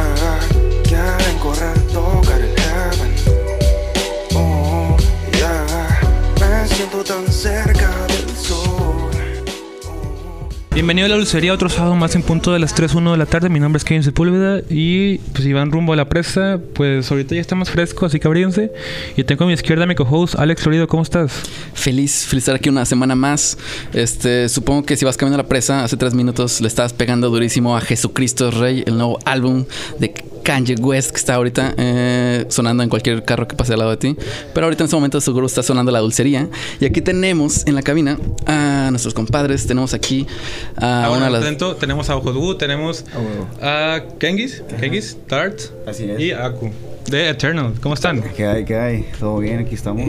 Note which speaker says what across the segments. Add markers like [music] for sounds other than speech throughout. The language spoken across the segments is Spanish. Speaker 1: Oh,
Speaker 2: Bienvenido a la lucería, otro sábado más en punto de las 3.1 de la tarde. Mi nombre es Kevin Sepúlveda y pues si van rumbo a la presa, pues ahorita ya está más fresco, así que abríense. Y tengo a mi izquierda a mi co-host, Alex Florido, ¿cómo estás?
Speaker 3: Feliz, feliz estar aquí una semana más. Este, supongo que si vas caminando a la presa, hace tres minutos le estabas pegando durísimo a Jesucristo es Rey, el nuevo álbum de Kanye West que está ahorita eh, sonando en cualquier carro que pase al lado de ti. Pero ahorita en este momento seguro está sonando la dulcería. Y aquí tenemos en la cabina a nuestros compadres, tenemos aquí a
Speaker 2: Ahora
Speaker 3: una
Speaker 2: al
Speaker 3: de Ah, las...
Speaker 2: tanto, tenemos a Ojos Wu, tenemos a Kengis, Kengis, Tart
Speaker 4: Así es.
Speaker 2: y Aku de Eternal. ¿Cómo están?
Speaker 4: ¿Qué hay? ¿Qué hay? ¿Todo bien? Aquí estamos.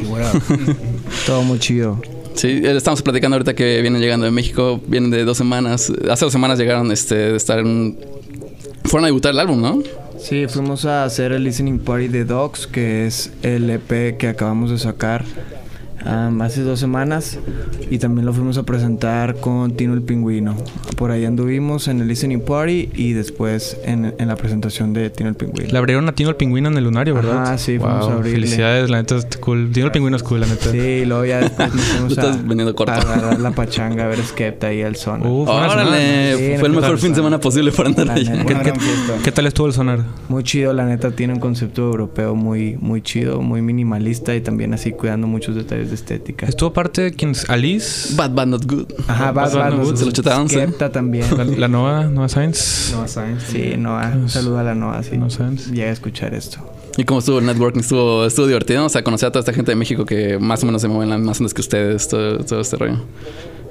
Speaker 4: [laughs]
Speaker 5: Todo muy chido.
Speaker 3: Sí, eh, estamos platicando ahorita que vienen llegando de México, vienen de dos semanas. Hace dos semanas llegaron este, de estar en... un- Fueron a debutar el álbum, ¿no?
Speaker 5: Sí, fuimos a hacer el listening party de Dogs, que es el EP que acabamos de sacar am, hace dos semanas. Y también lo fuimos a presentar con Tino el Pingüino. Por ahí anduvimos en el listening party y después en, en la presentación de Tino el Pingüino.
Speaker 2: Le abrieron a Tino el Pingüino en el Lunario, ¿verdad?
Speaker 5: Ajá, sí, fuimos a abrirle.
Speaker 2: Felicidades, la neta es cool. Tino el Pingüino es cool, la neta.
Speaker 5: Sí, y luego ya después
Speaker 3: [laughs]
Speaker 5: nos fuimos
Speaker 3: Lo estás
Speaker 5: a-
Speaker 3: vendiendo corto.
Speaker 5: a agarrar la pachanga, a ver Skepta y el Zona.
Speaker 2: Uh, fue una semana.
Speaker 3: ¡Órale!
Speaker 5: Sí,
Speaker 3: Fue el
Speaker 5: no,
Speaker 3: mejor
Speaker 5: claro,
Speaker 3: fin de
Speaker 5: sí.
Speaker 3: semana posible para andar
Speaker 5: La
Speaker 3: allá.
Speaker 5: neta.
Speaker 3: ¿Qué-
Speaker 4: Una
Speaker 3: qué-
Speaker 4: gran fiesta.
Speaker 2: ¿Qué tal estuvo el sonar?
Speaker 5: Muy chido, la neta, tiene un concepto europeo muy, muy chido, muy minimalista y también así cuidando muchos detalles de estética.
Speaker 2: Estuvo parte de quien es Alice,
Speaker 3: Bad, bad, not good.
Speaker 5: Ajá, Bad
Speaker 2: Bad
Speaker 5: Bad
Speaker 2: Bunny,
Speaker 5: nos-
Speaker 3: se lo chutaron, sí.
Speaker 5: Skepta también.
Speaker 2: [laughs] la, la Nova, Nova Science.
Speaker 5: Sí, Noah. Un saludo a la Noah, sí.
Speaker 2: Noah Sanz.
Speaker 5: Llega a escuchar esto.
Speaker 3: ¿Y cómo estuvo el networking? Estuvo, estuvo divertido. O sea, conocer a toda esta gente de México que más o menos se mueven las más ondas que ustedes, todo, todo este rollo.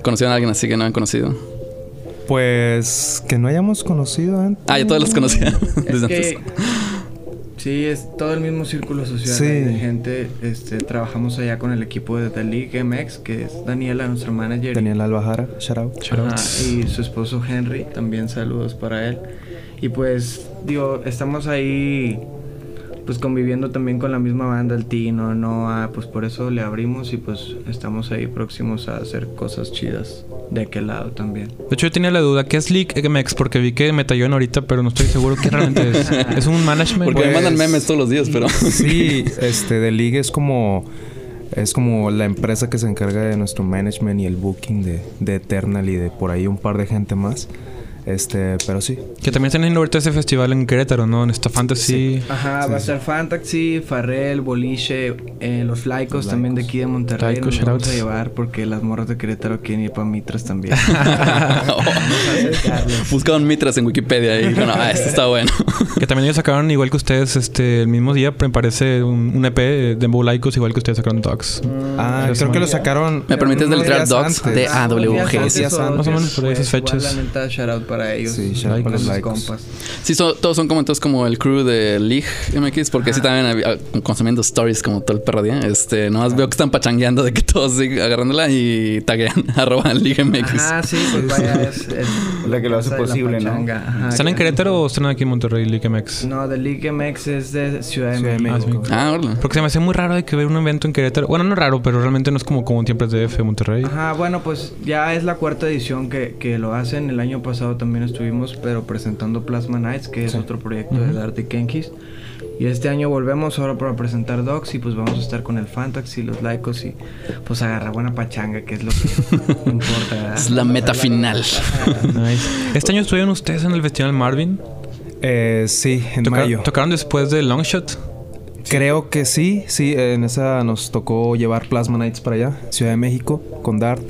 Speaker 3: ¿Conocieron a alguien así que no han conocido?
Speaker 6: Pues que no hayamos conocido ¿eh? antes.
Speaker 3: Ah, yo todos los conocía [laughs] desde antes.
Speaker 5: Sí, es todo el mismo círculo social
Speaker 6: Sí.
Speaker 5: de gente. Este, trabajamos allá con el equipo de The League MX, que es Daniela, nuestra manager. y-
Speaker 6: Daniel Albajara, shout out.
Speaker 5: Ajá, y su esposo Henry, también saludos para él. Y pues, digo, estamos ahí pues conviviendo también con la misma banda, el Tino, Noah, pues por eso le abrimos y pues estamos ahí próximos a hacer cosas chidas de aquel lado también.
Speaker 2: De hecho, yo tenía la duda, ¿qué es League MX? Porque vi que me talló en ahorita, pero no estoy seguro qué realmente es. ¿Es un management?
Speaker 3: Porque me
Speaker 6: Pues-
Speaker 3: mandan memes todos los días, pero.
Speaker 4: [laughs]
Speaker 3: [laughs]
Speaker 6: Sí, [laughs] este, The League es como. Es como la empresa que se encarga de nuestro management y el booking de, de Eternal y de por ahí un par de gente más. Este, pero sí.
Speaker 2: Que también están haciendo ahorita ese festival en Querétaro, ¿no? En esta fantasy.
Speaker 5: Ajá, va a ser Fantaxi, Farrell, Boliche, eh, los laicos también de aquí de Monterrey
Speaker 2: Laico,
Speaker 5: nos vamos
Speaker 2: shoutouts.
Speaker 5: a llevar porque las morras de Querétaro quieren ir para Mitras [laughs] también.
Speaker 3: Buscaban mitras en Wikipedia y dijeron, ah, esto está bueno.
Speaker 2: Que también ellos sacaron, igual que ustedes, este, el mismo día, me parece un, un EP de Dembow Laicos, igual que ustedes sacaron Dogs.
Speaker 6: Ah, creo que lo sacaron.
Speaker 3: ¿Me permites
Speaker 6: unos
Speaker 3: deletrear
Speaker 6: días
Speaker 3: Dogs?
Speaker 6: antes.
Speaker 5: Eh,
Speaker 3: D-A. AWG.
Speaker 6: Días Ah, antes.
Speaker 2: Más o menos por ahí
Speaker 5: Pues,
Speaker 2: esas fechas.
Speaker 5: Igual, la neta, shout out para ellos.
Speaker 6: Sí, shout out
Speaker 5: para
Speaker 6: para los
Speaker 5: sus
Speaker 6: laicos.
Speaker 5: compas.
Speaker 3: Sí, so- todos son como entonces como el crew de League MX, porque sí también había- ah, consumiendo stories como todo el perro día. Este, nomás veo que están pachangueando de que todos siguen agarrándola y taguean [laughs] arroba League MX.
Speaker 6: Ah,
Speaker 5: Ajá, sí, pues vaya, es, es
Speaker 4: La que lo hace
Speaker 5: casa de la
Speaker 4: posible, ¿no?
Speaker 5: pachanga.
Speaker 6: Ah,
Speaker 5: Ajá,
Speaker 2: ¿Están en
Speaker 5: que-
Speaker 2: Querétaro o están aquí en Monterrey, League MX?
Speaker 5: No, The League MX es de Ciudad de
Speaker 6: Ciudad de
Speaker 5: México.
Speaker 6: México.
Speaker 3: Ah, órale.
Speaker 2: Porque se me hace muy raro de que ver un evento en Querétaro. Bueno, no raro, pero realmente no es como, como siempre es DF, Monterrey.
Speaker 5: Ajá, bueno, pues ya es la cuarta edición que, que lo hacen. El año pasado también estuvimos, pero presentando Plasma Nights, que es otro proyecto de Darte Kenkis. Y este año volvemos ahora para presentar Docs y pues vamos a estar con el Fantaxi, los Laicos y pues agarrar buena pachanga, que es lo que importa. ¿verdad?
Speaker 3: Es la meta final.
Speaker 2: Nice. Este año estuvieron ustedes en el Festival Marvin.
Speaker 6: Eh, sí, en
Speaker 2: Toca-
Speaker 6: mayo.
Speaker 2: Tocaron después de Longshot.
Speaker 6: Creo que sí, sí, en esa nos tocó llevar Plasma Nights para allá, Ciudad de México, con Dart.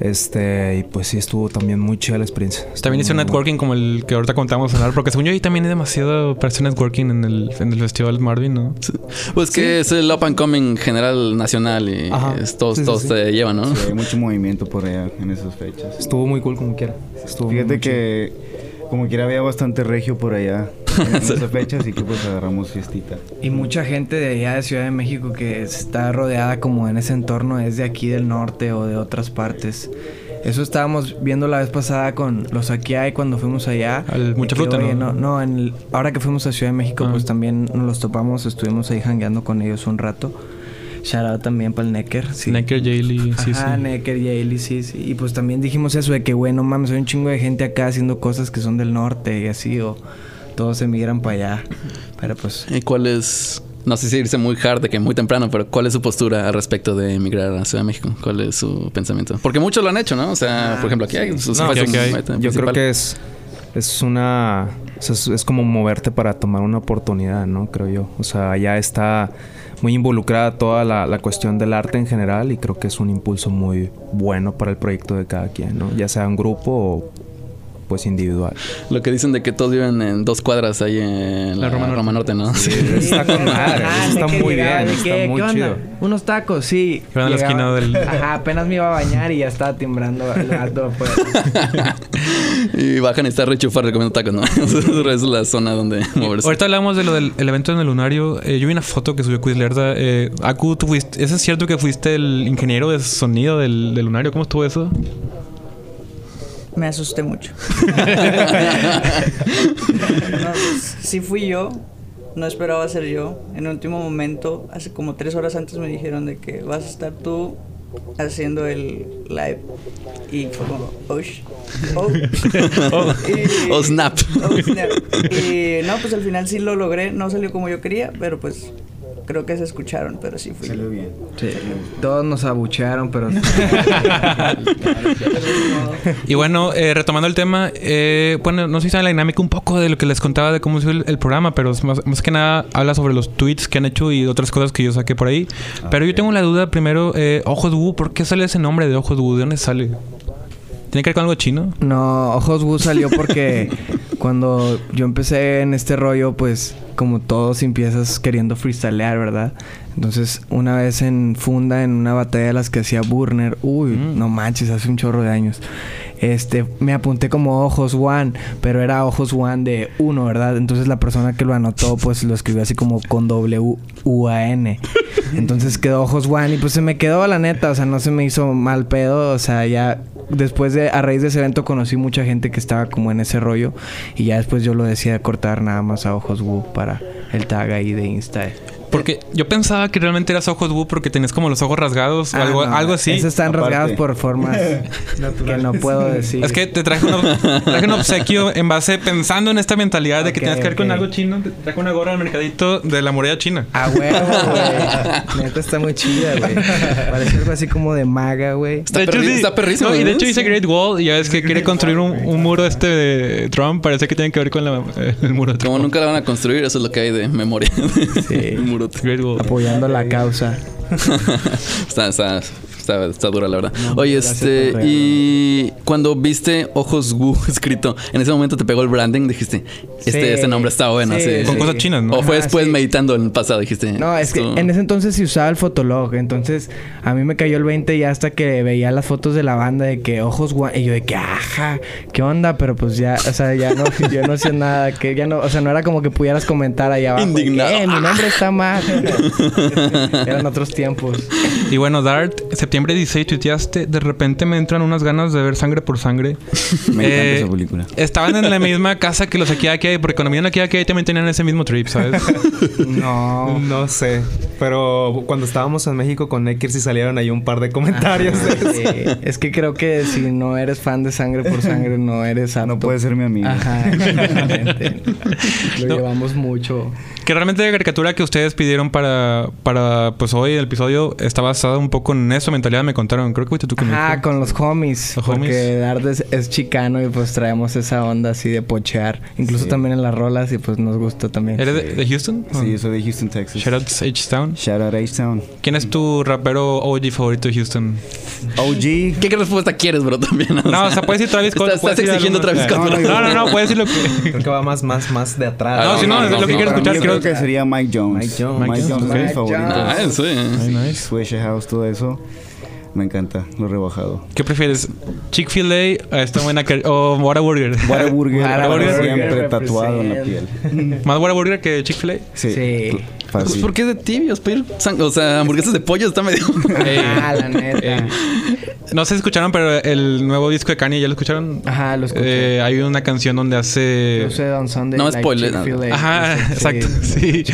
Speaker 6: Este, y pues sí, estuvo también muy chida la experiencia.
Speaker 2: También hice
Speaker 6: Estuvo
Speaker 2: un
Speaker 6: muy
Speaker 2: networking como el que ahorita contamos hablar, porque según yo ahí también hay demasiado para hacer networking en el, en el festival Marvin, ¿no?
Speaker 3: Pues que es el up and coming general nacional y
Speaker 6: Ajá.
Speaker 3: es- todos,
Speaker 6: Sí, sí,
Speaker 3: todos
Speaker 6: sí.
Speaker 3: te llevan, ¿no?
Speaker 4: Sí, hay mucho movimiento por allá en esas fechas.
Speaker 6: bueno. Estuvo muy cool como quiera. Estuvo
Speaker 4: Fíjate
Speaker 6: muy chido.
Speaker 4: que como quiera había bastante regio por allá en esas fechas, así que pues agarramos fiestita.
Speaker 5: Y mucha gente de allá de Ciudad de México que está rodeada como en ese entorno es de aquí del norte o de otras partes. Eso estábamos viendo la vez pasada con los aquí hay cuando fuimos allá.
Speaker 2: Al Mucha
Speaker 5: De que,
Speaker 2: Fruta,
Speaker 5: oye,
Speaker 2: ¿no?
Speaker 5: No, no, en el- ahora que fuimos a Ciudad de México,
Speaker 2: Ah.
Speaker 5: pues también nos los topamos, estuvimos ahí jangueando con ellos un rato. Shout out también para el Necker. Sí.
Speaker 2: Necker, Jaylee, sí, sí.
Speaker 5: Ajá, Necker y Ailey, sí, sí. Y pues también dijimos eso de que, bueno, mames, hay un chingo de gente acá haciendo cosas que son del norte y así, o todos emigran para allá. Pero pues
Speaker 3: ¿Y cuál es No sé si irse muy hard de que muy temprano, pero ¿cuál es su postura al respecto de emigrar a Ciudad de México? ¿Cuál es su pensamiento? Porque muchos lo han hecho, ¿no? O sea, por ejemplo, aquí hay... sus-
Speaker 6: Ah, No,
Speaker 3: fue
Speaker 6: yo,
Speaker 3: su-
Speaker 6: creo que-
Speaker 3: meta
Speaker 6: yo creo
Speaker 3: principal.
Speaker 6: que es, es una. o sea, es, es como moverte para tomar una oportunidad, ¿no? Creo yo. O sea, allá está muy involucrada toda la, la cuestión del arte en general y creo que es un impulso muy bueno para el proyecto de cada quien, ¿no? Ya sea un grupo o pues individual.
Speaker 3: Lo que dicen de que todos viven en dos cuadras ahí en la,
Speaker 2: La Roma
Speaker 3: Roma,
Speaker 2: Norte.
Speaker 3: Norte, ¿no?
Speaker 6: Está
Speaker 5: [laughs]
Speaker 6: con madre,
Speaker 5: Ah,
Speaker 6: eso está
Speaker 5: de que
Speaker 6: muy
Speaker 5: llegaba,
Speaker 6: bien,
Speaker 5: de
Speaker 6: está
Speaker 5: que,
Speaker 6: muy
Speaker 5: ¿qué onda?
Speaker 6: chido.
Speaker 5: Unos tacos, sí.
Speaker 2: Que van a la
Speaker 5: Llegaba-
Speaker 2: esquina del-
Speaker 5: Ajá, apenas me iba a bañar y ya estaba timbrando el gato. Pues.
Speaker 3: [laughs] y bajan y está rechufar recomiendo tacos, ¿no? [laughs] es la zona donde moverse.
Speaker 2: Ahorita hablamos de lo del el evento en el lunario. Eh, yo vi una foto que subió Quizlerda. Eh, Aku, tú fuiste, ¿eso es cierto que fuiste el ingeniero de sonido del, del lunario? ¿Cómo estuvo eso?
Speaker 7: Me asusté mucho. No, pues, sí fui yo, no esperaba ser yo. En el último momento, hace como tres horas antes me dijeron de que vas a estar tú haciendo el live. Y fue como, oh, sh- oh.
Speaker 3: [laughs]
Speaker 7: Y-
Speaker 3: Oh, snap.
Speaker 7: Oh, snap. Y no, pues al final sí lo logré, no salió como yo quería, pero pues creo que se escucharon, pero sí fui yo.
Speaker 4: Salió bien.
Speaker 5: Sí, todos nos abuchearon, pero...
Speaker 2: Y bueno, eh, retomando el tema, eh, bueno, no sé si saben la dinámica un poco de lo que les contaba de cómo es el, el programa, pero es más, más que nada habla sobre los tweets que han hecho y otras cosas que yo saqué por ahí.
Speaker 5: Ah,
Speaker 2: pero yo tengo la duda primero, eh, Ojos Wu, ¿por qué sale ese nombre de Ojos Wu? ¿De dónde sale? ¿Tiene que ver con algo chino?
Speaker 5: No, Ojos Wu salió porque cuando yo empecé en este rollo, pues como todos empiezas queriendo freestylear, ¿verdad? Entonces, una vez en Funda, en una batalla de las que hacía Burner, uy, no manches, hace un chorro de años. Este, me apunté como Ojos One, pero era Ojos One de uno, ¿verdad? Entonces la persona que lo anotó, pues lo escribió así como con W-U-A-N. Entonces quedó Ojos One y pues se me quedó la neta, o sea, no se me hizo mal pedo, o sea, ya después de, a raíz de ese evento conocí mucha gente que estaba como en ese rollo y ya después yo lo decía cortar nada más a Ojos Wu para el tag ahí de Insta. Eh,
Speaker 2: Porque yo pensaba que realmente eras Ojos Wu porque tenías como los ojos rasgados o
Speaker 5: Ah,
Speaker 2: algo,
Speaker 5: no,
Speaker 2: algo así.
Speaker 5: Esos están
Speaker 4: aparte.
Speaker 5: rasgados por [laughs] formas que no puedo decir.
Speaker 2: Es que te traje,
Speaker 5: [laughs]
Speaker 2: una- traje un obsequio en base, pensando en esta mentalidad de que
Speaker 5: Ok,
Speaker 2: tienes que ver con
Speaker 5: ok.
Speaker 2: algo chino, te traje una gorra al mercadito de la muralla china.
Speaker 5: A
Speaker 2: [laughs]
Speaker 5: huevo, güey. Neta está muy chida, güey. Parece algo así como de maga, güey.
Speaker 3: Está perri- está perrísimo,
Speaker 2: No, y de
Speaker 3: ¿eh?
Speaker 2: hecho dice
Speaker 3: Sí.
Speaker 2: Great Wall y ya ves que quiere construir un, un muro este de Trump. Parece que tiene que ver con la- [laughs] el muro de Trump.
Speaker 3: [laughs] Como nunca la van a construir, eso es lo que hay de memoria. [laughs] Sí. Murote.
Speaker 2: Great Wall.
Speaker 5: Apoyando la causa.
Speaker 3: está, está, está, está dura, la verdad. Oye,
Speaker 5: gracias
Speaker 3: este,
Speaker 5: por
Speaker 3: y cuando viste Ojos Wu [laughs] escrito, en ese momento te pegó el branding, dijiste, este,
Speaker 5: Sí.
Speaker 3: este nombre está bueno.
Speaker 5: Sí,
Speaker 3: sí,
Speaker 2: Con
Speaker 3: sí.
Speaker 2: cosas chinas, ¿no?
Speaker 3: O fue
Speaker 5: Ajá,
Speaker 3: después
Speaker 5: sí.
Speaker 3: meditando en el pasado, dijiste.
Speaker 5: No, es que
Speaker 3: esto-
Speaker 5: en ese entonces se usaba el fotolog. Entonces a mí me cayó el 20 ya hasta que veía las fotos de la banda de que ojos guan. Y yo de que, ajá, ¿qué onda? Pero pues ya, o sea, ya no, [laughs] yo no sé nada. Que ya no, o sea, no era como que pudieras comentar allá abajo. de que,
Speaker 3: Indignado.
Speaker 5: "Eh, mi nombre está mal. [laughs] Eran otros tiempos.
Speaker 2: Y bueno, Dart, septiembre 16 tuiteaste, de repente me entran unas ganas de ver sangre por sangre.
Speaker 4: [laughs]
Speaker 2: Eh,
Speaker 4: Me encanta esa película.
Speaker 2: Estaban en
Speaker 4: [laughs]
Speaker 2: la misma casa que los aquí aquí, porque cuando vinieron aquí aquí también tenían ese mismo trip,
Speaker 4: [laughs]
Speaker 2: ¿sabes?
Speaker 6: No, no sé. Pero cuando estábamos en México con Nekir sí salieron ahí un par de comentarios.
Speaker 5: [laughs] Eh, es que creo que si no eres fan de sangre por sangre, no eres apto.
Speaker 4: No puede ser mi amigo.
Speaker 5: Ajá, exactamente. Lo llevamos mucho.
Speaker 2: Que realmente la caricatura que ustedes pidieron para, para pues hoy el episodio está basada un poco en eso, mentalidad me contaron. Creo que fuiste tú que me
Speaker 4: Ah,
Speaker 5: Ajá,
Speaker 2: dijiste.
Speaker 5: con los homies.
Speaker 2: Los homies.
Speaker 5: porque Dard es, es chicano y pues traemos esa onda así de pochear. Incluso también en las rolas y pues nos gusta también.
Speaker 2: ¿Eres de, de Houston?
Speaker 4: Sí, yo soy de Houston, Texas.
Speaker 2: Shoutouts H-Town.
Speaker 4: Shout out H-Town.
Speaker 2: ¿Quién es tu rapero OG favorito de Houston?
Speaker 4: OG.
Speaker 3: ¿Qué, qué respuesta quieres, bro? También.
Speaker 2: No, o sea, puedes decir Travis Scott.
Speaker 3: Estás,
Speaker 2: puedes
Speaker 3: estás
Speaker 2: decir
Speaker 3: exigiendo
Speaker 2: alguno.
Speaker 3: Travis Scott.
Speaker 4: No,
Speaker 3: bro.
Speaker 4: no,
Speaker 2: No, no, no, puedes decir lo que.
Speaker 6: Creo que va más, más, más de atrás.
Speaker 2: Ah, No, si no, es lo que quiero
Speaker 4: Para mí
Speaker 2: escuchar.
Speaker 4: yo
Speaker 2: Creo
Speaker 4: creo que sería Mike Jones.
Speaker 6: Mike Jones.
Speaker 2: Mike
Speaker 4: Mike
Speaker 2: Jones,
Speaker 4: Jones es de mis
Speaker 2: ok.
Speaker 4: favoritos.
Speaker 3: Ah, sí.
Speaker 2: Ay, nice.
Speaker 4: Swish House, todo eso. Me encanta, lo rebajado.
Speaker 2: ¿Qué prefieres? ¿Chick-fil-A a esta buena car- o Whataburger?
Speaker 4: Whataburger,
Speaker 5: Whataburger.
Speaker 4: para siempre tatuado en la piel.
Speaker 2: ¿Más Whataburger que Chick-fil-A?
Speaker 4: Sí.
Speaker 5: Ah, Sí.
Speaker 4: cl-
Speaker 3: Pues,
Speaker 4: Fácil.
Speaker 3: ¿Por qué de tibios? Pedir sang- o sea, hamburguesas de pollo está
Speaker 5: [laughs]
Speaker 3: medio.
Speaker 5: Ah, la neta.
Speaker 2: No sé si escucharon, pero el nuevo disco de Kanye, ¿ya lo escucharon?
Speaker 5: Ajá, lo escuché.
Speaker 2: Eh, hay una canción donde hace...
Speaker 5: Yo sé on Sunday
Speaker 3: no
Speaker 5: Night
Speaker 3: spoiler,
Speaker 5: Chick-fil-A.
Speaker 2: Ajá,
Speaker 5: Sí,
Speaker 2: exacto, sí.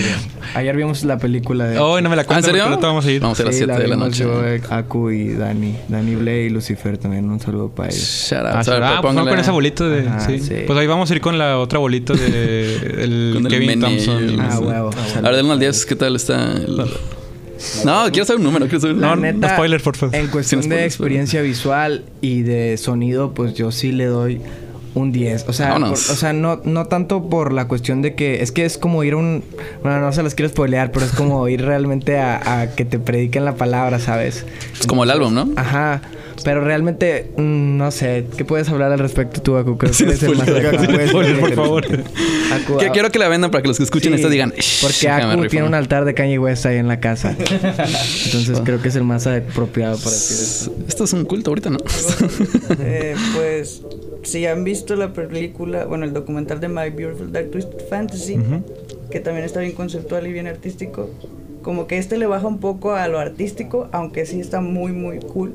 Speaker 5: Ayer vimos la película de...
Speaker 2: Oh, no me la
Speaker 3: ¿Ah, ¿En
Speaker 2: cuento
Speaker 3: serio?
Speaker 2: porque la vamos a ir.
Speaker 3: Vamos a ir a las
Speaker 5: Sí,
Speaker 3: 7 de la
Speaker 5: vimos
Speaker 3: noche.
Speaker 5: Yo, eh, Aku y Dani. Dani Blay y Lucifer también. Un saludo para ellos.
Speaker 3: Shut up.
Speaker 2: Ah,
Speaker 3: Sorry,
Speaker 2: ah,
Speaker 3: pero
Speaker 2: pues no
Speaker 3: póngale-
Speaker 2: con esa bolita de...
Speaker 5: Ajá,
Speaker 2: sí.
Speaker 5: sí.
Speaker 2: Pues ahí vamos a ir con la otra bolita de... el
Speaker 3: Con el
Speaker 2: Kevin
Speaker 3: Manny.
Speaker 2: Thompson. pues,
Speaker 3: Ah,
Speaker 5: Ah,
Speaker 3: sí.
Speaker 5: huevo.
Speaker 3: A ver, del 1 al 10, ¿qué tal está? el- No, quiero saber un número, quiero saber un
Speaker 5: La
Speaker 2: No,
Speaker 3: número.
Speaker 2: no
Speaker 5: neta,
Speaker 2: spoiler, por favor. [laughs]
Speaker 5: En
Speaker 3: Sin
Speaker 5: cuestión de
Speaker 3: spoilers,
Speaker 5: experiencia visual y de sonido, pues yo sí le doy un 10. O sea,
Speaker 3: Vámonos.
Speaker 5: por- o sea no, no tanto por la cuestión de que... Es que es como ir a un... Bueno, no se los quiero spoilear, pero
Speaker 2: [laughs]
Speaker 5: es como ir realmente a, a que te prediquen la palabra, ¿sabes?
Speaker 3: Es como el álbum, ¿no?
Speaker 5: Ajá. Pero realmente, mm, no sé, ¿qué puedes hablar al respecto tú, Aku? Creo que eres el más
Speaker 4: spoiler,
Speaker 5: adecuado.
Speaker 4: Aku,
Speaker 2: Spoiler, por favor.
Speaker 5: Aku,
Speaker 3: Que
Speaker 5: ah,
Speaker 3: quiero que la vendan para que los que escuchen
Speaker 5: sí,
Speaker 3: esto digan.
Speaker 5: Porque Aku tiene un altar de Kanye West ahí en la
Speaker 3: [laughs]
Speaker 5: casa. Entonces creo que es el más apropiado para decir eso.
Speaker 3: Pues, Esto es un culto ahorita, ¿no?
Speaker 7: Eh, pues si han visto la película, bueno, el documental de My Beautiful Dark Twisted Fantasy, que también está bien conceptual y bien artístico, como que este le baja un poco a lo artístico, aunque sí está muy, muy cool.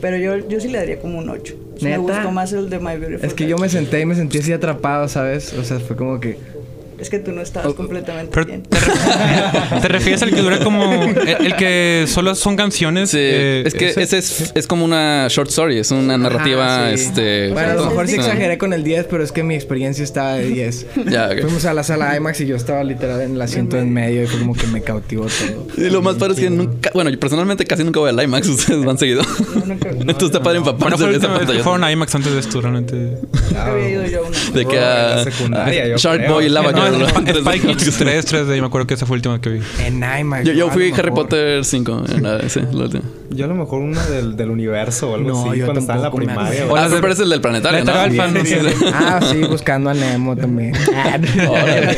Speaker 7: Pero yo, yo sí le daría como un 8. Me
Speaker 5: ¿Neta?
Speaker 7: gustó más el de My Beautiful
Speaker 5: Es que
Speaker 7: Dark
Speaker 5: yo me senté y me sentí así atrapado, ¿sabes? O sea, fue como que...
Speaker 7: Es que tú no estabas completamente
Speaker 2: Pero
Speaker 7: bien.
Speaker 2: te, re- [laughs] te refieres al que dura como. El, el que solo son canciones.
Speaker 3: [laughs] Sí,
Speaker 2: eh,
Speaker 3: es que
Speaker 2: ese-
Speaker 3: ese es, es como una short story, es una narrativa,
Speaker 5: Ajá, Ah, sí.
Speaker 3: este...
Speaker 5: Bueno, a lo
Speaker 7: Entonces,
Speaker 5: mejor sí
Speaker 7: digo-
Speaker 5: exageré con el 10, pero es que mi experiencia estaba de 10.
Speaker 3: Ya, ok.
Speaker 5: Fuimos a la sala IMAX y yo estaba literal en el asiento en medio y fue como que me cautivó todo.
Speaker 3: Y lo más padre es que nunca... Bueno, yo personalmente casi nunca voy al IMAX, [laughs] ustedes van seguido.
Speaker 7: nunca- no,
Speaker 3: Entonces está padre
Speaker 2: Bueno,
Speaker 3: empaparse
Speaker 2: fue
Speaker 3: de
Speaker 2: el
Speaker 3: esa
Speaker 2: último vez que
Speaker 3: pantalla.
Speaker 2: fueron a IMAX antes de esto, realmente.
Speaker 7: Nunca había ido yo
Speaker 5: [laughs]
Speaker 7: a una.
Speaker 3: De que
Speaker 6: la
Speaker 3: a,
Speaker 6: secundaria,
Speaker 3: a
Speaker 6: yo
Speaker 3: Shark
Speaker 6: creo.
Speaker 3: Boy y Lava
Speaker 2: No, no,
Speaker 3: Girl, Ah, antes de-
Speaker 2: Spy Kids 3, 3 d me acuerdo que esa fue la última que vi.
Speaker 5: En IMAX.
Speaker 3: Yo, yo
Speaker 5: a lo
Speaker 3: fui
Speaker 5: mejor.
Speaker 3: Harry Potter 5. en la- sí, la última.
Speaker 8: Yo a lo mejor uno del, del universo o algo
Speaker 5: No,
Speaker 8: así,
Speaker 5: yo
Speaker 8: cuando estaba en la
Speaker 5: tampoco me
Speaker 8: primaria.
Speaker 5: acuerdo.
Speaker 3: Ah,
Speaker 2: Hola,
Speaker 3: pero es el del planetario, ¿no?
Speaker 2: Planeta Alfa, no
Speaker 3: Sí,
Speaker 2: sé.
Speaker 3: sí.
Speaker 5: Ah, [laughs] sí, buscando a Nemo también.
Speaker 3: [laughs] Órale.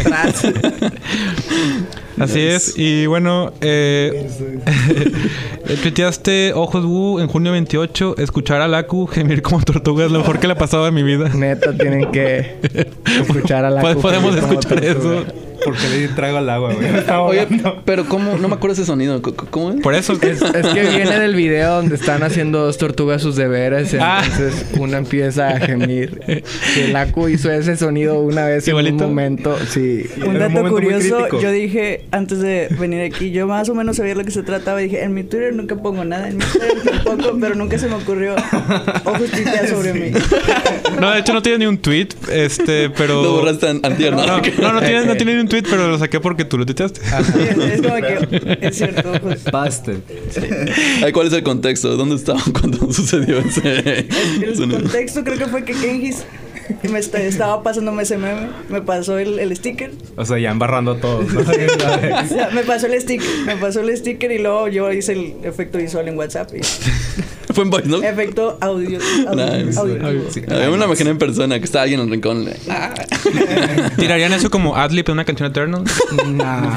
Speaker 2: Así es. Y bueno, eh, [laughs] eh, tuiteaste Ojos Wu en junio 28. Escuchar a Laku gemir como tortuga es lo mejor que le ha pasado de mi
Speaker 5: [laughs]
Speaker 2: vida.
Speaker 5: Neta, tienen
Speaker 3: [laughs]
Speaker 5: que escuchar a la
Speaker 2: Pod-
Speaker 5: Cu-
Speaker 2: Podemos
Speaker 5: como
Speaker 2: escuchar
Speaker 5: tortuga.
Speaker 2: eso.
Speaker 8: Porque le di trago al agua,
Speaker 2: [laughs]
Speaker 8: güey.
Speaker 3: Oye, pero ¿cómo? No me acuerdo ese sonido. ¿Cómo- ¿Cómo es?
Speaker 2: Por eso.
Speaker 5: [laughs] Es, es que viene del video donde están haciendo dos tortugas sus deberes,
Speaker 2: Ah.
Speaker 5: entonces una empieza a gemir. Que la Cu hizo ese sonido una vez en
Speaker 2: ¿Igualito?
Speaker 5: un momento, sí.
Speaker 8: Era
Speaker 7: Un
Speaker 8: un
Speaker 7: dato
Speaker 8: momento muy
Speaker 7: curioso,
Speaker 8: crítico.
Speaker 7: yo dije antes de venir aquí, yo más o menos sabía de lo que se trataba. Dije, en mi Twitter nunca pongo nada, en mi Twitter tampoco, pero nunca se me ocurrió
Speaker 8: [laughs]
Speaker 7: ojos tuitea sobre mí. [laughs]
Speaker 2: No, de hecho no tiene ni un tweet. Este, pero.
Speaker 3: [laughs] Lo borraste an- antier, ¿no?
Speaker 2: No, no, no tiene, no tiene ni un tweet, pero lo saqué porque tú lo tuiteaste.
Speaker 7: Sí, es, es como que, es cierto, ojos.
Speaker 8: Paste.
Speaker 3: Ay, ¿Cuál es el contexto? ¿Dónde estaban [laughs] cuando sucedió ese
Speaker 7: El
Speaker 3: sonido?
Speaker 7: contexto creo que fue que Kengis me esta- estaba pasándome ese meme, me pasó el, el sticker.
Speaker 8: O sea, ya embarrando a todos. ¿no?
Speaker 2: [laughs]
Speaker 7: O sea, me pasó el sticker, me pasó el sticker y luego yo hice el efecto visual en WhatsApp
Speaker 8: [laughs]
Speaker 7: y
Speaker 3: Fue en voice, ¿no?
Speaker 7: efecto audio. audio,
Speaker 3: Nice.
Speaker 7: audio.
Speaker 8: Sí.
Speaker 3: A mí me lo imaginé en persona, que estaba alguien en el rincón. Ah,
Speaker 2: ¿Tirarían eso como adlib en una canción [laughs] Eternal?
Speaker 5: Nah.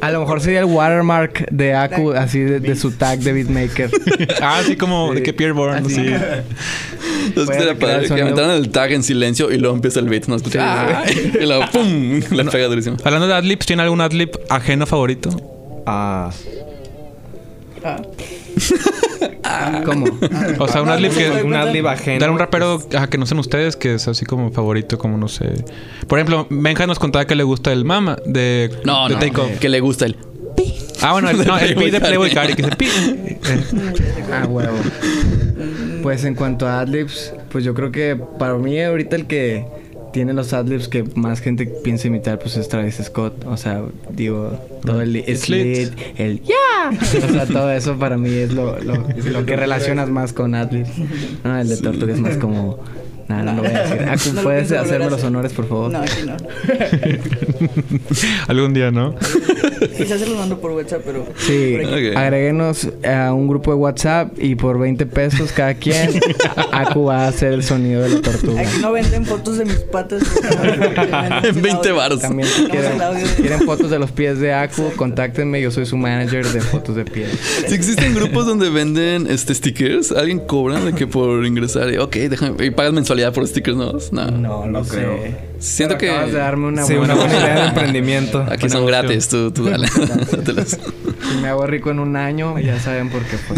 Speaker 5: A lo mejor sería el watermark de Aku, así de, de su tag de Beatmaker.
Speaker 2: ah, sí, como de que Pierre Bourne, sí.
Speaker 3: entonces
Speaker 5: Voy a
Speaker 3: era
Speaker 5: recrear
Speaker 3: padre
Speaker 5: el
Speaker 3: que
Speaker 5: sonido.
Speaker 3: aventaron el tag en silencio y luego empieza el beat, ¿no? Escuché, ah, [laughs] y luego ¡pum! La pega durísimo.
Speaker 2: Hablando de adlibs, ¿tiene algún adlib ajeno favorito?
Speaker 6: Ah,
Speaker 7: Ah.
Speaker 5: ¿Cómo?
Speaker 2: O sea, un
Speaker 7: Ah,
Speaker 2: adlib
Speaker 7: no, no,
Speaker 2: que...
Speaker 7: no.
Speaker 8: Un adlib ajeno.
Speaker 2: Dar un rapero ajá, que no sean ustedes, que es así como favorito, como no sé. Por ejemplo, Benja nos contaba que le gusta el mama de,
Speaker 3: No,
Speaker 2: de
Speaker 3: no,
Speaker 2: Take Off.
Speaker 3: que le gusta
Speaker 5: [laughs]
Speaker 3: el... [laughs]
Speaker 2: Ah, bueno, el, no, el
Speaker 3: Playboy
Speaker 2: beat de Playboy
Speaker 3: Cardi.
Speaker 2: Cardi, que dice
Speaker 3: [laughs]
Speaker 2: pi.
Speaker 5: Ah, huevo. Pues en cuanto a adlibs, pues yo creo que para mí ahorita el que tiene los adlibs que más gente piensa imitar pues es Travis Scott. O sea, digo, todo el
Speaker 7: Mm.
Speaker 2: It's
Speaker 5: it's
Speaker 2: lit.
Speaker 5: lit, el yeah. O sea, todo eso para mí es lo,
Speaker 7: [laughs]
Speaker 5: lo, lo que relacionas más con adlibs. No, el de Tortuga es más como... Nada, no lo voy a
Speaker 7: [laughs]
Speaker 5: decir. Aku,
Speaker 7: No
Speaker 5: ¿puedes
Speaker 7: lo pienso volver a
Speaker 5: hacerme los
Speaker 7: hacer.
Speaker 5: honores, por favor?
Speaker 7: No, aquí no.
Speaker 2: [laughs] Algún día, ¿no?
Speaker 7: Quizás se los mando por WhatsApp, pero.
Speaker 5: Sí,
Speaker 7: por aquí.
Speaker 3: Ok.
Speaker 5: agréguenos a un grupo de WhatsApp y por 20 pesos cada
Speaker 7: [laughs]
Speaker 5: quien, Aku va a hacer el sonido de la tortuga.
Speaker 7: Aquí no venden fotos de mis
Speaker 5: [laughs]
Speaker 7: patas.
Speaker 3: En 20 baros.
Speaker 5: También si
Speaker 7: Vamos
Speaker 5: quieren,
Speaker 7: al audio.
Speaker 5: si quieren fotos de los pies de Aku, contáctenme, yo soy su manager de fotos de pies.
Speaker 3: Si existen grupos donde venden este stickers, alguien cobra de que por ingresar y, ok, déjame, y pagas mensualidad por stickers nuevos. No,
Speaker 5: No, no sé.
Speaker 3: siento que
Speaker 5: Acabas de darme una
Speaker 6: sí,
Speaker 5: buena
Speaker 6: una buena idea de emprendimiento.
Speaker 3: aquí son gratis, tú, tú
Speaker 5: [laughs]
Speaker 3: dale. [laughs] Dátelas.
Speaker 5: Si me hago rico en un año, ya saben por qué fue.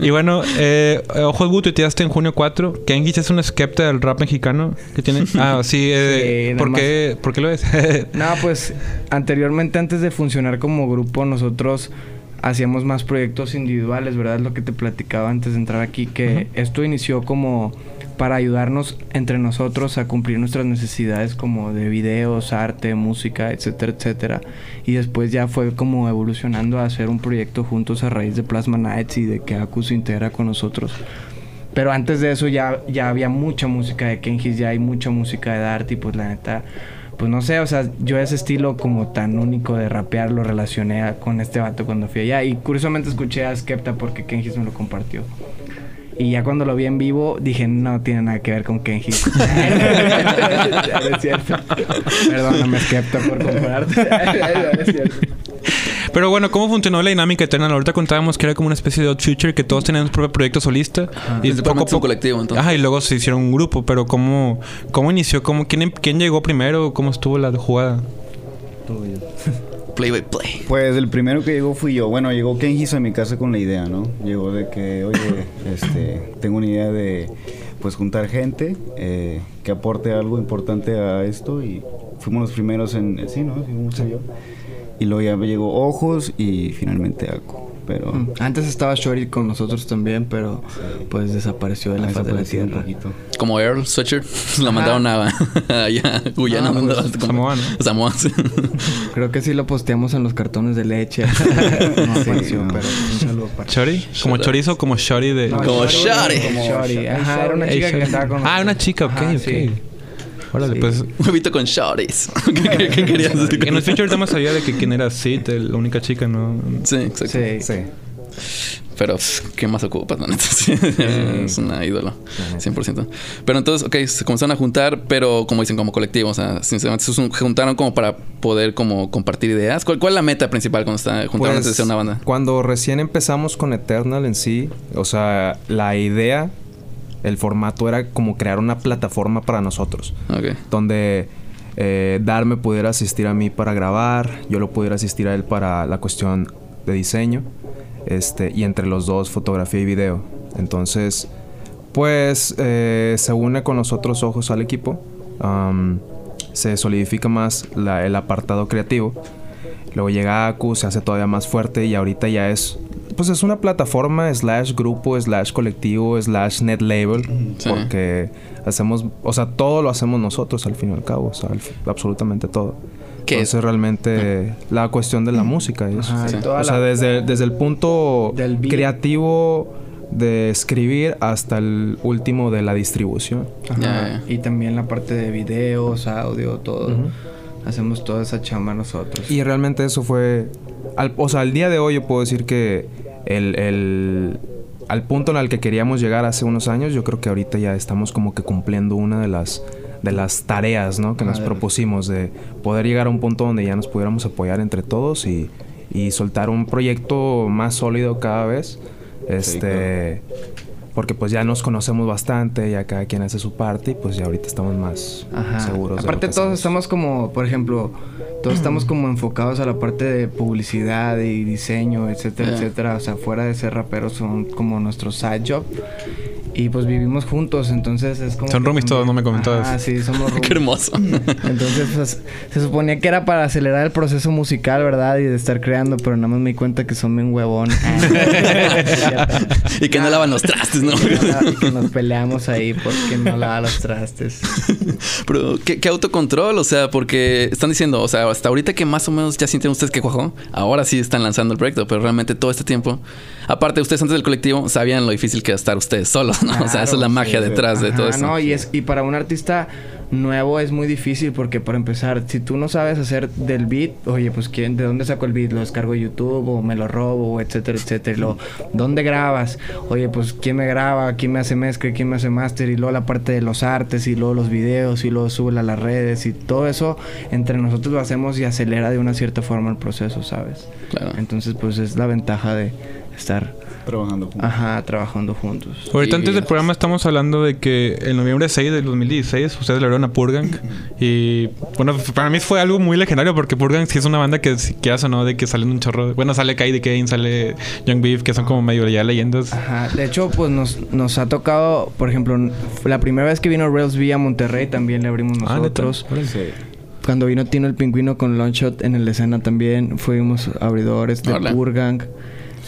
Speaker 2: Y bueno, eh, Ojos Wu tuiteaste en junio 4. Kengis es un escepta del rap mexicano que
Speaker 5: [laughs]
Speaker 2: tiene. Ah, sí, eh,
Speaker 5: Sí, nada
Speaker 2: ¿por, qué, ¿por qué lo es? [laughs]
Speaker 5: No, pues anteriormente, antes de funcionar como grupo, nosotros hacíamos más proyectos individuales, ¿verdad? Es lo que te platicaba antes de entrar aquí, que esto inició como para ayudarnos entre nosotros a cumplir nuestras necesidades como de videos, arte, música, etcétera, etcétera. Y después ya fue como evolucionando a hacer un proyecto juntos a raíz de Plasma Nights y de que Aku se integra con nosotros. Pero antes de eso ya, ya había mucha música de Kenji, ya hay mucha música de Dart y pues la neta, pues no sé, o sea, yo ese estilo como tan único de rapear lo relacioné a- con este vato cuando fui allá. Y curiosamente escuché a Skepta porque Kenji me lo compartió. Y ya cuando lo vi en vivo dije, no tiene nada que ver con Kenji. [laughs] Ya no es cierto. Perdóname, Skepta, por compararte. Ya no [laughs] es cierto.
Speaker 2: Pero bueno, ¿cómo funcionó la dinámica eterna? Ahorita contábamos que era como una especie de Odd Future que todos tenían su propio proyecto solista.
Speaker 3: Y es un colectivo, entonces.
Speaker 2: Ajá, y luego se hicieron un grupo, pero ¿cómo, cómo inició? ¿Cómo, quién, em, ¿Quién llegó primero? ¿Cómo estuvo la jugada?
Speaker 3: Play by play.
Speaker 4: Pues el primero que llegó fui yo. Bueno, llegó Kenjis a mi casa con la idea, ¿no? Llegó de que, oye, este, tengo una idea de pues juntar gente eh, que aporte algo importante a esto y fuimos los primeros en, sí, ¿no? Fuimos yo. Y luego ya llegó Ojos y finalmente Aco. Pero
Speaker 5: Antes estaba Shorty con nosotros también, pero pues desapareció de la
Speaker 4: ha
Speaker 5: faz de la
Speaker 4: desaparecido un
Speaker 5: tierra.
Speaker 4: poquito.
Speaker 3: Como Earl Sweatshirt, [laughs] la mandaron a [laughs] allá, Guyana,
Speaker 5: Ah, pues,
Speaker 3: mandaron como-
Speaker 2: Samoa, ¿no?
Speaker 3: Samoa, sí.
Speaker 5: Creo que sí lo posteamos en los cartones de leche. [laughs] no
Speaker 4: Sí,
Speaker 5: apareció,
Speaker 4: no.
Speaker 5: pero un saludo para
Speaker 2: ¿Chori? ¿Como chorizo o como shori de...?
Speaker 5: No,
Speaker 3: Como
Speaker 5: Shorty,
Speaker 3: Shorty.
Speaker 5: como Shorty. Ajá, era una
Speaker 2: Ey,
Speaker 5: chica que
Speaker 2: shorty.
Speaker 5: estaba con
Speaker 2: Ah, una chica, ok,
Speaker 5: Ajá,
Speaker 2: ok.
Speaker 5: sí.
Speaker 2: Órale,
Speaker 5: Sí.
Speaker 2: pues...
Speaker 3: Huevito con shorties. [laughs] ¿Qué, qué- qué querías decir?
Speaker 2: En el feature ahorita más sabía de que quién era Sid, el- la única chica, ¿no?
Speaker 3: Sí, exacto.
Speaker 5: Sí.
Speaker 8: Sí.
Speaker 3: Pero, pff, ¿qué más ocupas, la neta? [laughs] Sí, es una ídolo, 100%. Pero entonces, ok, se comenzaron a juntar, pero como dicen, como colectivo, o sea, sinceramente se sun- juntaron como para poder como compartir ideas. ¿Cuál, cuál es la meta principal cuando está, juntaron antes de
Speaker 6: Pues,
Speaker 3: ser una banda?
Speaker 6: Cuando recién empezamos con Eternal en sí, o sea, la idea, el formato era como crear una plataforma para nosotros,
Speaker 3: Ok.
Speaker 6: donde eh, Darme pudiera asistir a mí para grabar, yo lo pudiera asistir a él para la cuestión de diseño, este, y entre los dos fotografía y video. Entonces, pues eh, se une con los otros ojos al equipo, am, se solidifica más la- el apartado creativo. Luego llega Aku, se hace todavía más fuerte y ahorita ya es... Pues es una plataforma slash grupo, slash colectivo, slash net label.
Speaker 3: Mm, Sí.
Speaker 6: Porque hacemos... O sea, todo lo hacemos nosotros al fin y al cabo. O sea, al- absolutamente todo.
Speaker 3: ¿Qué es?
Speaker 6: Entonces realmente la cuestión de la música. es-
Speaker 5: Mm. Ajá, y
Speaker 3: Sí.
Speaker 5: toda
Speaker 6: o sea,
Speaker 5: la-
Speaker 6: desde, desde el punto
Speaker 5: Del beat.
Speaker 6: creativo de escribir hasta el último de la distribución.
Speaker 5: Ajá,
Speaker 3: Ya, ya.
Speaker 5: Y también la parte de videos, audio, todo. Hacemos toda esa chamba nosotros.
Speaker 6: Y realmente eso fue. al- o sea, al día de hoy yo puedo decir que el, el- al punto en el que queríamos llegar hace unos años, yo creo que ahorita ya estamos como que cumpliendo una de las de las tareas ¿no? que nos propusimos, de poder llegar a un punto donde ya nos pudiéramos apoyar entre todos y, y soltar un proyecto más sólido cada vez. Este. Porque pues ya nos conocemos bastante, ya cada quien hace su parte y pues ya ahorita estamos más
Speaker 5: Ajá.
Speaker 6: seguros. de lo
Speaker 5: Aparte
Speaker 6: que
Speaker 5: todos
Speaker 6: hacemos.
Speaker 5: estamos como, por ejemplo, todos [clears throat] estamos como enfocados a la parte de publicidad y diseño, etcétera,
Speaker 3: Ya.
Speaker 5: etcétera. O sea, fuera de ser raperos son como nuestro side job. Y pues vivimos juntos, entonces es como...
Speaker 2: Son
Speaker 5: que
Speaker 2: roomies todos,
Speaker 5: también-
Speaker 2: no me comentabas.
Speaker 5: Ajá, sí,
Speaker 2: [laughs]
Speaker 5: somos
Speaker 3: [laughs] Qué
Speaker 5: roomies.
Speaker 3: hermoso.
Speaker 5: Entonces, pues, se suponía que era para acelerar el proceso musical, ¿verdad? Y de estar creando, pero nada más me di cuenta que son bien huevón.
Speaker 3: Ah.
Speaker 5: [laughs]
Speaker 3: y que no lavan los trastes, ¿no?
Speaker 5: Y que nos peleamos ahí porque no lava los trastes.
Speaker 3: Pero, ¿qué, qué autocontrol? O sea, porque están diciendo, o sea, hasta ahorita que más o menos ya sienten ustedes que cuajó, ahora sí están lanzando el proyecto, pero realmente todo este tiempo, aparte ustedes antes del colectivo, sabían lo difícil que era estar ustedes solos, ¿no? o sea, esa es la magia detrás de todo
Speaker 5: Ajá,
Speaker 3: eso.
Speaker 5: No, y, es, y para un artista nuevo es muy difícil porque, para empezar, si tú no sabes hacer del beat, oye, pues ¿quién, ¿de dónde saco el beat? ¿Lo descargo de YouTube o me lo robo, o etcétera, etcétera? Y luego, ¿Dónde grabas? Oye, pues ¿quién me graba? ¿Quién me hace mezcla? ¿Quién me hace máster? Y luego la parte de los artes y luego los videos y luego sube a las redes y todo eso entre nosotros lo hacemos y acelera de una cierta forma el proceso, ¿sabes? [laughs]
Speaker 3: Claro.
Speaker 5: Entonces, pues es la ventaja de estar,
Speaker 4: Trabajando juntos.
Speaker 5: ajá, trabajando juntos.
Speaker 2: Ahorita
Speaker 3: Y-
Speaker 2: antes del programa estamos hablando de que en noviembre 6 del 2016 ustedes le abrieron a Purgang y bueno, f- para mí fue algo muy legendario porque Purgang sí es una banda que si quieras o no de que salen un chorro, de- bueno, sale Kaide Kane, sale Young Beef, que son como medio ya leyendas.
Speaker 3: Ah,
Speaker 5: Ajá, de hecho, pues nos, nos ha tocado, por ejemplo, n- la primera vez que vino Rails V a Monterrey también le abrimos
Speaker 2: Ah, ¿neta?
Speaker 5: nosotros.
Speaker 2: Órale.
Speaker 4: Sí.
Speaker 5: Cuando vino Tino el Pingüino con Longshot en el escena también fuimos abridores de
Speaker 3: Órale.
Speaker 5: Purgang.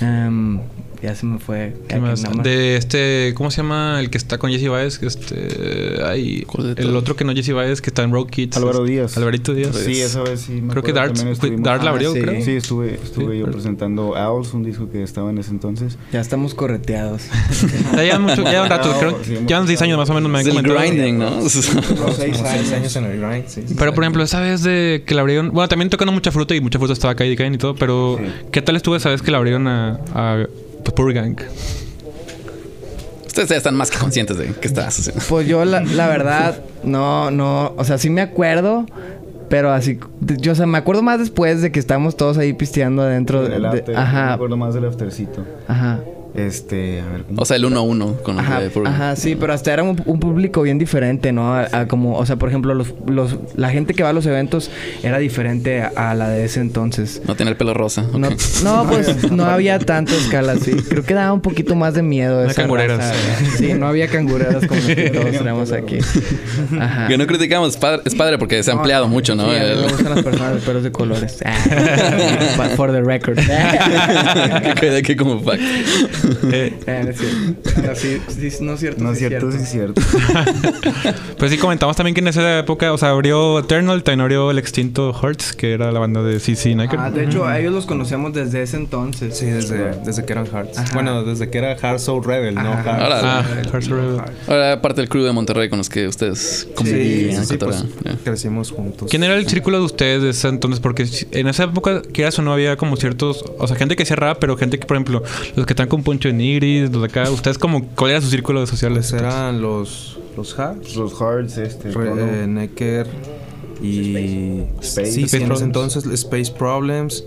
Speaker 5: Em,
Speaker 9: Ya se me fue.
Speaker 2: ¿Qué más?
Speaker 9: Nada más.
Speaker 2: De este, ¿cómo se llama el que está con Jesse Baez? Este, ay,
Speaker 3: ¿Cuál de
Speaker 2: el
Speaker 3: todos?
Speaker 2: otro que no es Jesse Baez, que está en Road Kids. este,
Speaker 4: Álvaro Díaz.
Speaker 2: Alvarito Díaz.
Speaker 4: Sí, esa vez sí. me
Speaker 2: Creo que
Speaker 4: acuerdo,
Speaker 2: Dart-
Speaker 4: también
Speaker 2: fue-
Speaker 4: estuvimos-
Speaker 2: Dart la
Speaker 4: Ah,
Speaker 2: abrió,
Speaker 4: sí.
Speaker 2: creo.
Speaker 4: Sí, estuve, estuve
Speaker 2: Sí,
Speaker 4: yo
Speaker 2: pero-
Speaker 4: presentando Owls, un disco que estaba en ese entonces.
Speaker 9: Ya estamos correteados.
Speaker 2: Ya llevan mucho, ya llevan rato,
Speaker 4: No,
Speaker 2: creo,
Speaker 4: sí,
Speaker 2: ya
Speaker 4: mucho.
Speaker 2: llevan 10 años más o menos, me han
Speaker 3: Es el
Speaker 2: comentado.
Speaker 3: grinding, ¿no?
Speaker 6: Como seis años en el grind, sí.
Speaker 2: Pero por ejemplo, esa vez de que la abrieron, bueno, también tocando mucha fruta y mucha fruta estaba caída y caen y todo, pero ¿qué tal estuvo esa vez que la abrieron a, a pues, Pur Gang?
Speaker 3: [laughs] Ustedes ya están más que conscientes de que estás haciendo.
Speaker 5: Pues yo, la, la verdad, no, no. O sea, sí me acuerdo. Pero así, yo, o sea, me acuerdo más después de que estábamos todos ahí pisteando adentro de,
Speaker 4: El
Speaker 5: de-
Speaker 4: after, Me
Speaker 5: ajá,
Speaker 4: acuerdo más del aftercito.
Speaker 5: ajá,
Speaker 4: Este, a ver, ¿cómo?
Speaker 3: O sea, el 1-1 con
Speaker 5: ajá,
Speaker 3: el de Furby.
Speaker 5: ajá, sí, pero hasta era un, un público bien diferente, ¿no? A, a como, o sea, por ejemplo, los, los, la gente que va a los eventos era diferente a, a la de ese entonces.
Speaker 3: No tener pelo rosa. ok. [laughs]
Speaker 5: No, no, pues no había tanto escala, sí. Creo que daba un poquito más de miedo.
Speaker 2: No
Speaker 5: esa
Speaker 2: cangureras.
Speaker 5: raza. Sí, no había cangureras
Speaker 4: [laughs]
Speaker 5: como las que todos tenemos aquí. Ajá.
Speaker 3: Que no criticamos, es padre, es padre porque se ha ampliado mucho, ¿no?
Speaker 5: ah. Sí, a mí
Speaker 3: El-
Speaker 5: me gustan las personas de [laughs] pelos de colores. But For the
Speaker 3: [laughs]
Speaker 5: record.
Speaker 3: que quede aquí como fact.
Speaker 5: Eh, no es cierto.
Speaker 9: No, sí, sí, no es cierto.
Speaker 4: no
Speaker 9: sí
Speaker 4: es cierto, sí es cierto.
Speaker 2: Pues sí, comentamos también que en esa época, o sea, abrió Eternal, también abrió el extinto Hearts, que era la banda de CC Niker.
Speaker 9: Ah, de hecho, a ellos los conocemos desde ese entonces.
Speaker 6: Sí, desde, desde que eran Hearts. Bueno, desde que era Heart Soul Rebel, no Hearts.
Speaker 3: Ahora,
Speaker 2: Ah, Hearts Rebel.
Speaker 3: ahora parte del crew de Monterrey con los que ustedes
Speaker 6: Sí,
Speaker 3: convivían,
Speaker 6: sí, pues,
Speaker 3: cotorreaban. Ya.
Speaker 6: crecimos juntos.
Speaker 2: ¿Quién era el círculo de ustedes de ese entonces? Porque si- en esa época, quieras o no, había como ciertos... O sea, gente que hacía rap, pero gente que, por ejemplo, los que están con Poncho de Nigris, los de acá... ¿Ustedes como cuál era su círculo de sociales?
Speaker 6: Pues eran los, los Hearts,
Speaker 4: Los Hearts, este,
Speaker 6: Re-
Speaker 4: Chrono.
Speaker 6: eh, Necker y...
Speaker 4: Space.
Speaker 6: Sí,
Speaker 2: Space
Speaker 6: sí, en ese
Speaker 2: Problems.
Speaker 6: entonces Space Problems.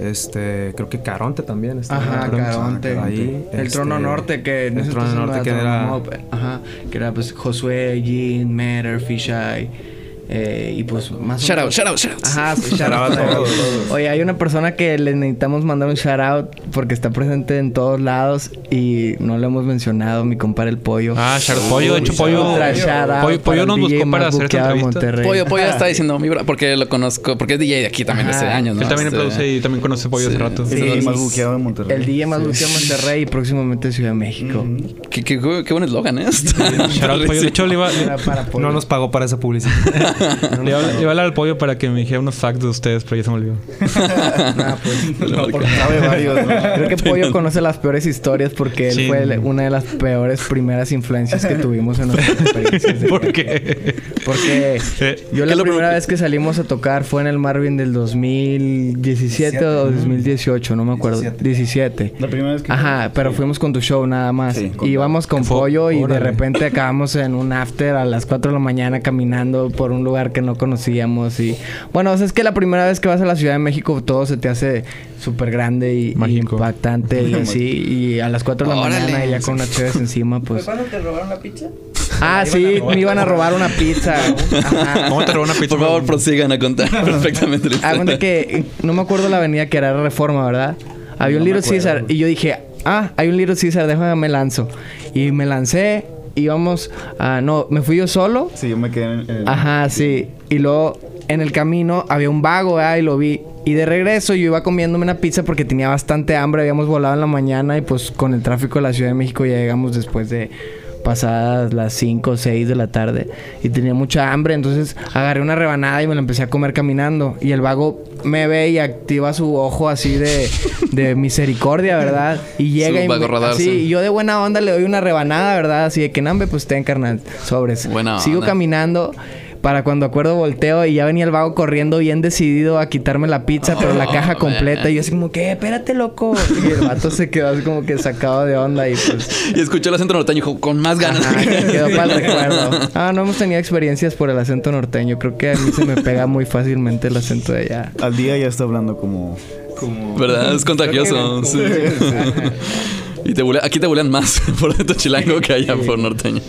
Speaker 6: Este, creo que Caronte también. estaba.
Speaker 9: Ajá, Caronte.
Speaker 6: Ahí,
Speaker 9: el
Speaker 6: este,
Speaker 9: Trono Norte, que en
Speaker 6: el
Speaker 9: ese
Speaker 6: Trono
Speaker 9: entonces no
Speaker 6: Norte, que
Speaker 9: Trono
Speaker 6: era-
Speaker 9: Mob, Ajá, que era pues Josué, Jean, Matter, Fisheye. Eh, y pues más o
Speaker 3: Shout out,
Speaker 9: menos-
Speaker 3: shout out, shout out.
Speaker 5: Ajá, pues, shout out. Oye, hay una persona que le necesitamos mandar un shout out porque está presente en todos lados y no lo hemos mencionado, mi compadre el pollo.
Speaker 2: Ah, Char Pollo. De hecho, Pollo...
Speaker 5: Ultra shout out
Speaker 2: Pollo,
Speaker 5: para
Speaker 2: Pollo
Speaker 5: el
Speaker 2: nos
Speaker 5: DJ
Speaker 2: buscó para
Speaker 5: más
Speaker 2: hacer esta
Speaker 5: buqueado de
Speaker 2: entrevista.
Speaker 5: Monterrey.
Speaker 3: Pollo, Pollo está diciendo mi bro, porque lo conozco, porque es DJ de aquí también
Speaker 5: Ajá.
Speaker 3: desde años, ¿no?
Speaker 2: Él también
Speaker 3: Este,
Speaker 2: produce y también conoce Pollo hace rato.
Speaker 4: Sí,
Speaker 3: Sí.
Speaker 4: más buqueado en Monterrey.
Speaker 5: El DJ más buqueado de Monterrey y próximamente Ciudad de México.
Speaker 3: Qué, qué, qué buen eslogan, ¿eh?
Speaker 2: Shout out Pollo. De
Speaker 3: [laughs]
Speaker 2: hecho,
Speaker 4: [laughs]
Speaker 2: le iba,
Speaker 4: Era para
Speaker 6: No
Speaker 4: poder-
Speaker 6: nos pagó para esa publicidad. [laughs]
Speaker 2: le iba- le iba a hablar al Pollo para que me dijera unos facts de ustedes, pero ya se me
Speaker 4: [laughs]
Speaker 2: olvidó. [laughs]
Speaker 3: pues,
Speaker 5: [laughs]
Speaker 4: Sabe varios, ¿no?
Speaker 5: Creo que Pollo conoce las peores historias porque él
Speaker 2: Sí.
Speaker 5: fue el- una de las peores primeras influencias que tuvimos en nuestras experiencias.
Speaker 2: [laughs]
Speaker 5: de-
Speaker 2: ¿Por qué?
Speaker 5: Porque
Speaker 2: Eh,
Speaker 5: yo la primera vez que salimos a tocar fue en el Marvin del 2017 o 2018, no me acuerdo. 17.
Speaker 4: La primera vez que...
Speaker 5: Ajá, pero fuimos con tu show nada más.
Speaker 4: Sí, con-
Speaker 5: y íbamos con
Speaker 2: Fue-
Speaker 5: pollo y de
Speaker 2: órale.
Speaker 5: repente acabamos en un after a las 4 de la mañana caminando por un lugar que no conocíamos. Y bueno, o sea, es que la primera vez que vas a la Ciudad de México todo se te hace súper grande y, y
Speaker 2: Mágico.
Speaker 5: impactante y así. Y a las 4 de la
Speaker 3: Órale.
Speaker 5: mañana y ya con una chévere encima, pues.
Speaker 7: cuando te robaron la pizza?
Speaker 5: Ah, sí, me iban a robar una pizza. Ajá.
Speaker 2: ¿Cómo te robó una pizza?
Speaker 3: Por favor, prosigan a
Speaker 5: [laughs]
Speaker 3: contar perfectamente. la
Speaker 5: Haz cuenta
Speaker 3: historia.
Speaker 5: Ah, que no me acuerdo la avenida que era Reforma, ¿verdad? Había un Little Caesar y yo dije, ah, hay un Little Caesar, déjame me lanzo. Y me lancé, íbamos, ah, no, me fui yo solo.
Speaker 4: Sí, yo me quedé en... en-
Speaker 5: Ajá, sí. Y luego en el camino había un vago, ¿verdad? Y lo vi. Y de regreso yo iba comiéndome una pizza porque tenía bastante hambre, habíamos volado en la mañana y pues con el tráfico de la Ciudad de México ya llegamos después de pasadas las 5 o 6 de la tarde y tenía mucha hambre, entonces agarré una rebanada y me la empecé a comer caminando y el vago me ve y activa su ojo así de, de misericordia, ¿verdad? Y llega
Speaker 3: [laughs] Su
Speaker 5: y,
Speaker 3: vago
Speaker 5: me-
Speaker 3: radar,
Speaker 5: así,
Speaker 3: sí.
Speaker 5: y yo de buena onda le doy una rebanada, ¿verdad? Así de que nambe, pues ten carnal, sobres.
Speaker 3: Buena
Speaker 5: Sigo
Speaker 3: onda.
Speaker 5: caminando caminando para cuando acuerdo volteo y ya venía el vago corriendo bien decidido a quitarme la pizza,
Speaker 3: [laughs]
Speaker 5: pero la
Speaker 3: Oh,
Speaker 5: caja
Speaker 3: man.
Speaker 5: completa. Y yo así como que, espérate, loco. Y el vato se quedó así como que sacado de onda y
Speaker 3: [laughs]
Speaker 5: pues...
Speaker 3: Y escuchó el acento norteño y dijo, con más ganas.
Speaker 5: ajá, se
Speaker 3: [laughs]
Speaker 5: quedó para el recuerdo. Ah, no hemos tenido experiencias por el acento norteño. Creo que a mí se me pega muy fácilmente el acento de allá.
Speaker 4: Al día ya está hablando como...
Speaker 3: ¿Verdad? Es contagioso. sí. Y te bulea- aquí te bulean más [laughs] por tu chilango que allá por norteño.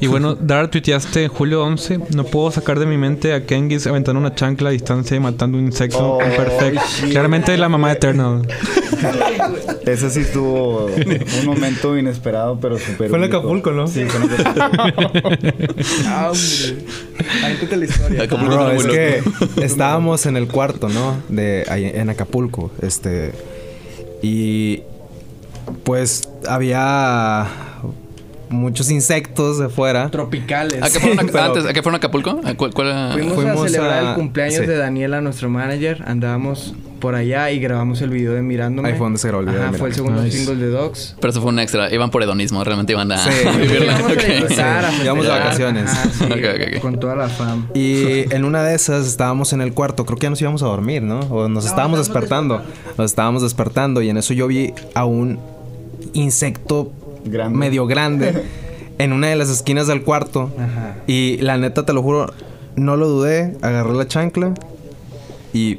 Speaker 2: Y bueno, Dar tuiteaste julio 11. No puedo sacar de mi mente a Kengis aventando una chancla a distancia y matando un insecto.
Speaker 4: Oh,
Speaker 2: Perfecto.
Speaker 4: shit.
Speaker 2: Claramente la mamá de Eternal.
Speaker 4: Ese sí estuvo un momento inesperado, pero súper
Speaker 6: Fue en
Speaker 4: único.
Speaker 6: Acapulco, ¿no?
Speaker 4: Sí, fue en Acapulco.
Speaker 9: Ah, hombre. Cuéntate la historia.
Speaker 3: Acapulco
Speaker 6: Bro,
Speaker 3: está muy
Speaker 6: es
Speaker 3: loco. [laughs]
Speaker 6: que estábamos en el cuarto, ¿no? De ahí en Acapulco, este y
Speaker 8: pues había muchos insectos de fuera.
Speaker 5: Tropicales.
Speaker 3: ¿A qué Ah, fueron, a-
Speaker 8: pero-
Speaker 3: antes, ¿a qué fueron a Acapulco? ¿A cuál, cuál era?
Speaker 5: Fuimos,
Speaker 8: Ah, Fuimos
Speaker 5: a celebrar
Speaker 8: a-
Speaker 5: el cumpleaños
Speaker 8: sí.
Speaker 5: de Daniela, nuestro manager. Andábamos por allá y grabamos el video de Mirándome.
Speaker 8: Ahí fue donde se grabó el video de
Speaker 5: Ajá, fue el
Speaker 8: Mirándome.
Speaker 5: segundo
Speaker 2: Nice.
Speaker 5: single de
Speaker 8: [laughs]
Speaker 5: Dogs.
Speaker 3: Pero eso fue un extra. Iban por hedonismo, realmente iban a
Speaker 8: Sí.
Speaker 3: [laughs] vivirla.
Speaker 5: Íbamos a
Speaker 3: Ok.
Speaker 5: disfrutar, a
Speaker 8: Sí, íbamos de
Speaker 5: festejar.
Speaker 8: vacaciones.
Speaker 5: Ajá,
Speaker 8: [laughs]
Speaker 5: sí,
Speaker 3: Ok, ok, ok.
Speaker 5: Con toda la fama.
Speaker 8: Y en una de esas estábamos en el cuarto, creo que ya nos íbamos a dormir, ¿no? O nos estábamos despertando. Nos estábamos despertando y en eso yo vi a un insecto
Speaker 4: Grande.
Speaker 8: medio [laughs] grande en una de las esquinas del cuarto.
Speaker 5: Ajá.
Speaker 8: Y la neta, te lo juro, no lo dudé, agarré la chancla y...